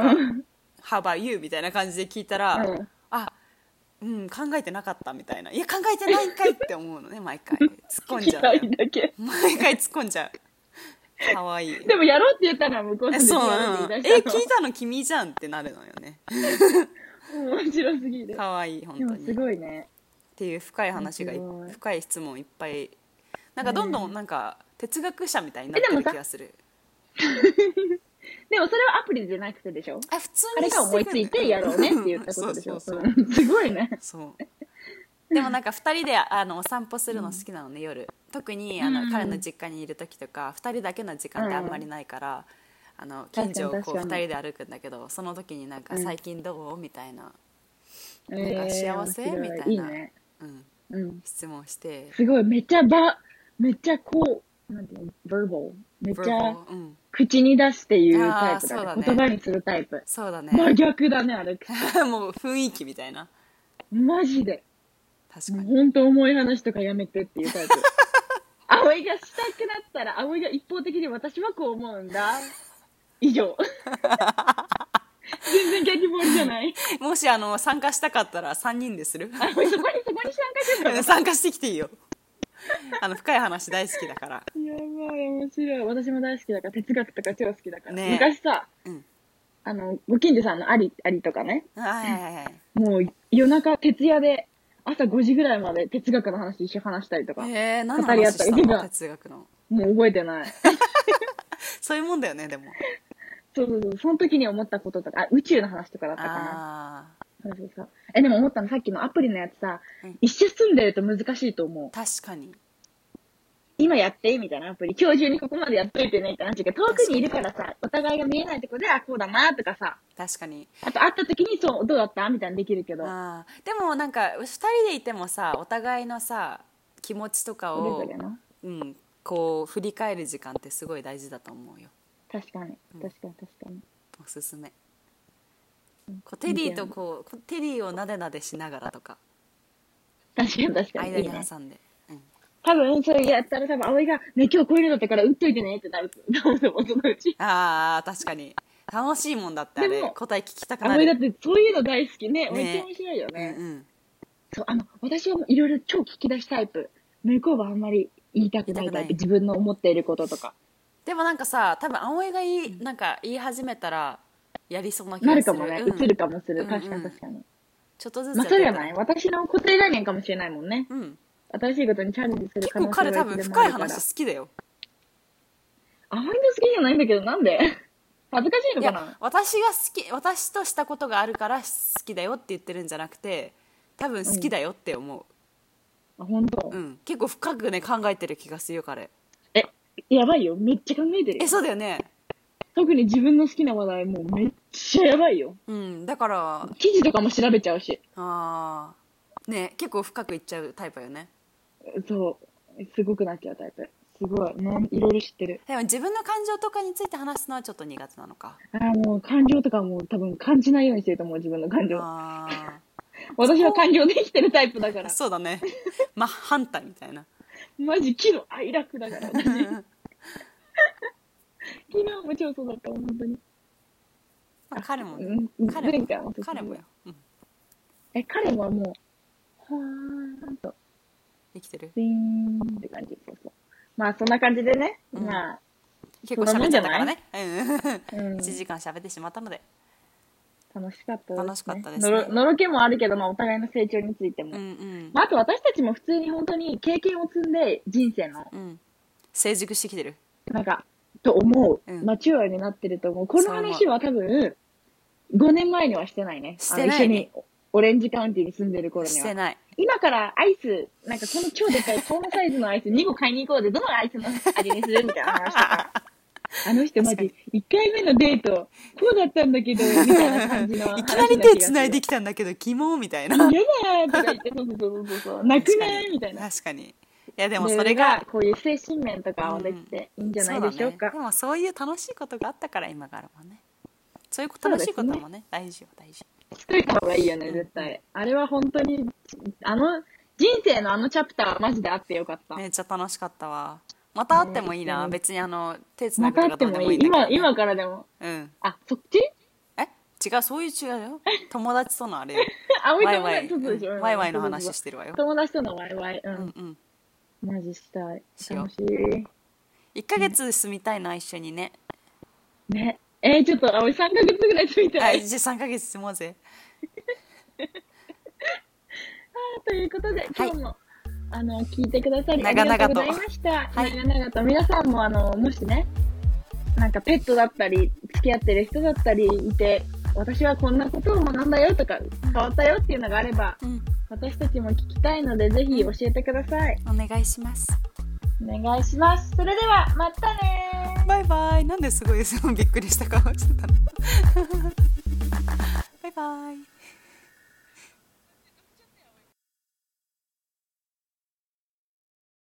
B: 「How about you?」みたいな感じで聞いたら「
A: うん
B: あうん考えてなかった」みたいな「いや考えてないんかい」って思うのね毎回突っ込ん
A: 聞
B: じ
A: き
B: ゃう
A: た
B: の
A: い
B: よ
A: だけ。
B: 毎回突っ込んじゃうかわいい
A: でもやろうって言ったのは向こう
B: え
A: の
B: そう
A: やろ
B: な
A: っ
B: の
A: て
B: え
A: 言い出
B: 聞い
A: した
B: の君じゃんってなるのよね
A: たの。面白すぎる。
B: かわいい本
A: で
B: 当
A: も
B: に
A: すごいね。
B: っていう深い話がい
A: すごい
B: 深い質問いっぱいなんかどんどんなんか哲学者みたいにな
A: え
B: って
A: でも
B: る
A: さ
B: 気がする
A: でもそれはアプリじゃなくてでしょ
B: あ普通
A: あれが思いついてやろうねって言ったことでしょ
B: そうそうそう
A: うんすごいね。
B: そうでもなんか2人であのお散歩するの好きなのね、夜特にあの、
A: うん
B: 彼の実家にいる時とか2人だけの時間ってあんまりないから、あの近所をこ
A: 確
B: う
A: かに確かに
B: 2人で歩くんだけどその時になんか
A: うん
B: 最近どうみたいな、
A: え
B: なん
A: ー
B: か幸せ
A: 面白
B: みたいない
A: ね。
B: うん、
A: うん。
B: 質問して
A: すごい、めっちゃば、めっちゃこう、なんていうの、verbal めっちゃ
B: verbal うん、
A: 口に出して言うタイプ
B: あーそう
A: だ
B: だ
A: ね。
B: ね
A: 言葉にするタイプ。
B: そうだね
A: 真逆だね、あれ。
B: もう雰囲気みたいな
A: マジで。
B: 確
A: も
B: か
A: う
B: に
A: 本当重い話とかやめてっていうタイ プ。葵がしたくなったら、葵が一方的に私はこう思うんだ。以 上。全然キャッチボールじゃない。
B: もしあの参加したかったら3人でする
A: 葵そこに、そこに参加してたの
B: 参加してきていいよあの深い話大好きだから
A: やばい、面白い。私も大好きだから、哲学とか超好きだから。
B: ねえ
A: 昔さ、
B: うん
A: あの、ご近所さんのアリ、アリとかね、
B: はいはいはい
A: もう夜中、徹夜で、朝5時ぐらいまで哲学の話一緒に話したりとか、
B: えー、何の
A: 語り合っ
B: 話
A: た
B: し
A: りと
B: たの
A: か
B: 哲学の
A: もう覚えてない。
B: そういうもんだよねでも
A: そうそうそう、その時に思ったこととか、あ、宇宙の話とかだったかな。
B: ああ
A: そうそうそう。え、でも思ったの、さっきのアプリのやつさ
B: うん、
A: 一緒住んでると難しいと思う。
B: 確かに
A: 今やって、みたいなアプリ。今日中にここまでやっといてね、って話が、遠くにいるからさ、お互いが見えないとこで、あ、こうだな、とかさ、
B: 確かに
A: あと会った時に、そう、どうだったみたいにできるけど。
B: あーでもなんか2人でいてもさお互いのさ気持ちとか
A: そ
B: を
A: れぞれの
B: うん、こう振り返る時間ってすごい大事だと思うよ
A: 確かに確かに確かに
B: おすすめこうテリーとこうこうテリーをなでなでしながらとか
A: 確かに確かに
B: 間
A: いい
B: に
A: ね
B: 挟んでうん、
A: 多分それやったら多分葵が「ね今日こういうのだったから打っといてね」ってなる と思うと思うそのうち
B: ああ確かに楽しいもんだってあ
A: で
B: れ
A: も
B: 答え聞きたくな
A: 葵だっ
B: る
A: てそういうの大好きね
B: ね
A: めっちゃ面白いよ
B: うん
A: ね
B: うん
A: そうあの私はもういろいろ超聞き出しタイプ向こうはあんまり言いたくないタイプ
B: 言いたくない
A: 自分の思っていることとか
B: でもなんかさ多分葵が言いなんか言い始めたらやりそうな気
A: な
B: が
A: る
B: する
A: かもね、
B: うん
A: 映るかもする。
B: うん
A: 確か
B: う
A: に
B: ん
A: 確かに。
B: ちょっとずつ
A: ま
B: や
A: あ、
B: って
A: そうじゃ
B: たら
A: ない私の固定概念かもしれないもんね。
B: うん、
A: 新しいことにチャレンジする
B: 結
A: 可能
B: 構
A: 性
B: 彼多分
A: つでも
B: 深
A: あ
B: い
A: るから
B: 話好きだよ
A: あまりの好きじゃないんだけど、なんで 恥ずかしいの
B: い
A: かな
B: や私が好き私としたことがあるから好きだよって言ってるんじゃなくて多分好きだよって思う、
A: あ、本当
B: うん。結構深くね考えてる気がするよ彼
A: え、やばいよ。めっちゃ考えてるよ
B: え。そうだよね
A: 特に自分の好きな話題、もうめっちゃやばいよ。
B: うんだから
A: 記事とかも調べちゃうし。
B: あーね結構深くいっちゃうタイプよね
A: そう。すごくなっちゃうタイプ。すごい。なんいろいろ知ってる。
B: でも自分の感情とかについて話すのはちょっと苦手なのか
A: あーもう感情とかも多分感じないようにしてると思う、自分の感情。
B: あ
A: 私は感情で生きてるタイプだか
B: あ
A: ら。
B: そう だねま反対みたいな
A: マジ、喜怒哀楽だから、私。 昨日も超そうだったもん、本当に。
B: まあ彼もね
A: うん、
B: 彼
A: 前回
B: も
A: もそう
B: 彼もよ、うん、
A: え、彼はもう、ほーんと、
B: 生きてる
A: ウィーンって感じ。そうそう。まあ、そんな感じでね。
B: うん
A: まあ、
B: 結構喋っちゃったからねうん
A: うん、
B: 1時間喋ってしまったので、
A: 楽しかったです、ね。
B: 楽しかったですね
A: のろのろけもあるけど、まあ、お互いの成長についても。
B: うんうん
A: まあ、あと私たちも普通に本当に経験を積んで、人生の、
B: うん、成熟してきてる
A: なんか、と思う、
B: うん
A: マチュアになってると思う。この話は多分、5年前にはしてないね。
B: してないね
A: あの一緒に、オレンジカウンティに住んでる頃に
B: し
A: は。
B: てない
A: 今からアイス、なんかこの超でかい、このサイズのアイス2個買いに行こうで、どのアイスの味にするみたいな話とか。あの人マジ、1回目のデート、こうだったんだけど、みたいな感じの話
B: いきなり手つないできたんだけど疑問みたいな
A: 嫌だーとか言って、そうそうそうそうそう、泣くねーみたいな。
B: 確かにいやでもそれが、
A: こういう精神面とかをできていいんじゃないでしょう
B: そ
A: か
B: だね、で。もそういう楽しいことがあったから今があるもんねそういう
A: そうです
B: 楽し
A: ね
B: いこともね大事よ大事
A: しといた方がいいよね、絶対。あれは本当に、あの、人生のあのチャプターはマジであってよかった。
B: めっちゃ楽しかったわまた会ってもいいな、
A: ね
B: 別にあの手つな
A: ま
B: ぐと
A: た
B: か
A: あって
B: どうで
A: も
B: もい
A: い
B: い
A: い。
B: んだけど
A: 今、
B: ね
A: 今からでも。
B: うん
A: あ、そっち
B: え違うそういう違う よ友達とのあれよ
A: あ、おい
B: ワ
A: て
B: イ
A: も
B: ワ
A: ない
B: イ
A: ちょっとでしょ。
B: う
A: うんん
B: ワイワイの話してるわよ
A: 友達とのワイワイ。う
B: うん
A: ん。
B: うん
A: マジしたい
B: し。よう
A: 楽しい。
B: 1ヶ月住みたいな一緒にね
A: ね。えー、ちょっと、葵3ヶ月ぐらいついてな。
B: はいいじゃあ3ヶ月住もうぜ
A: ということで、今日も、あの、聞いてくださりあり
B: 長々
A: が
B: と
A: とうございました。
B: はい
A: 長々と。皆さんも、あの、もしね、なんかペットだったり、付き合ってる人だったりいて、私はこんなことを学んだよとか、変わったよっていうのがあれば、
B: うん
A: 私たちも聞きたいので、ぜひ教えてください。
B: お願いします
A: お願いします。それでは、またねー。
B: バイバイなんですごいそのびっくりした顔してたの バイバイ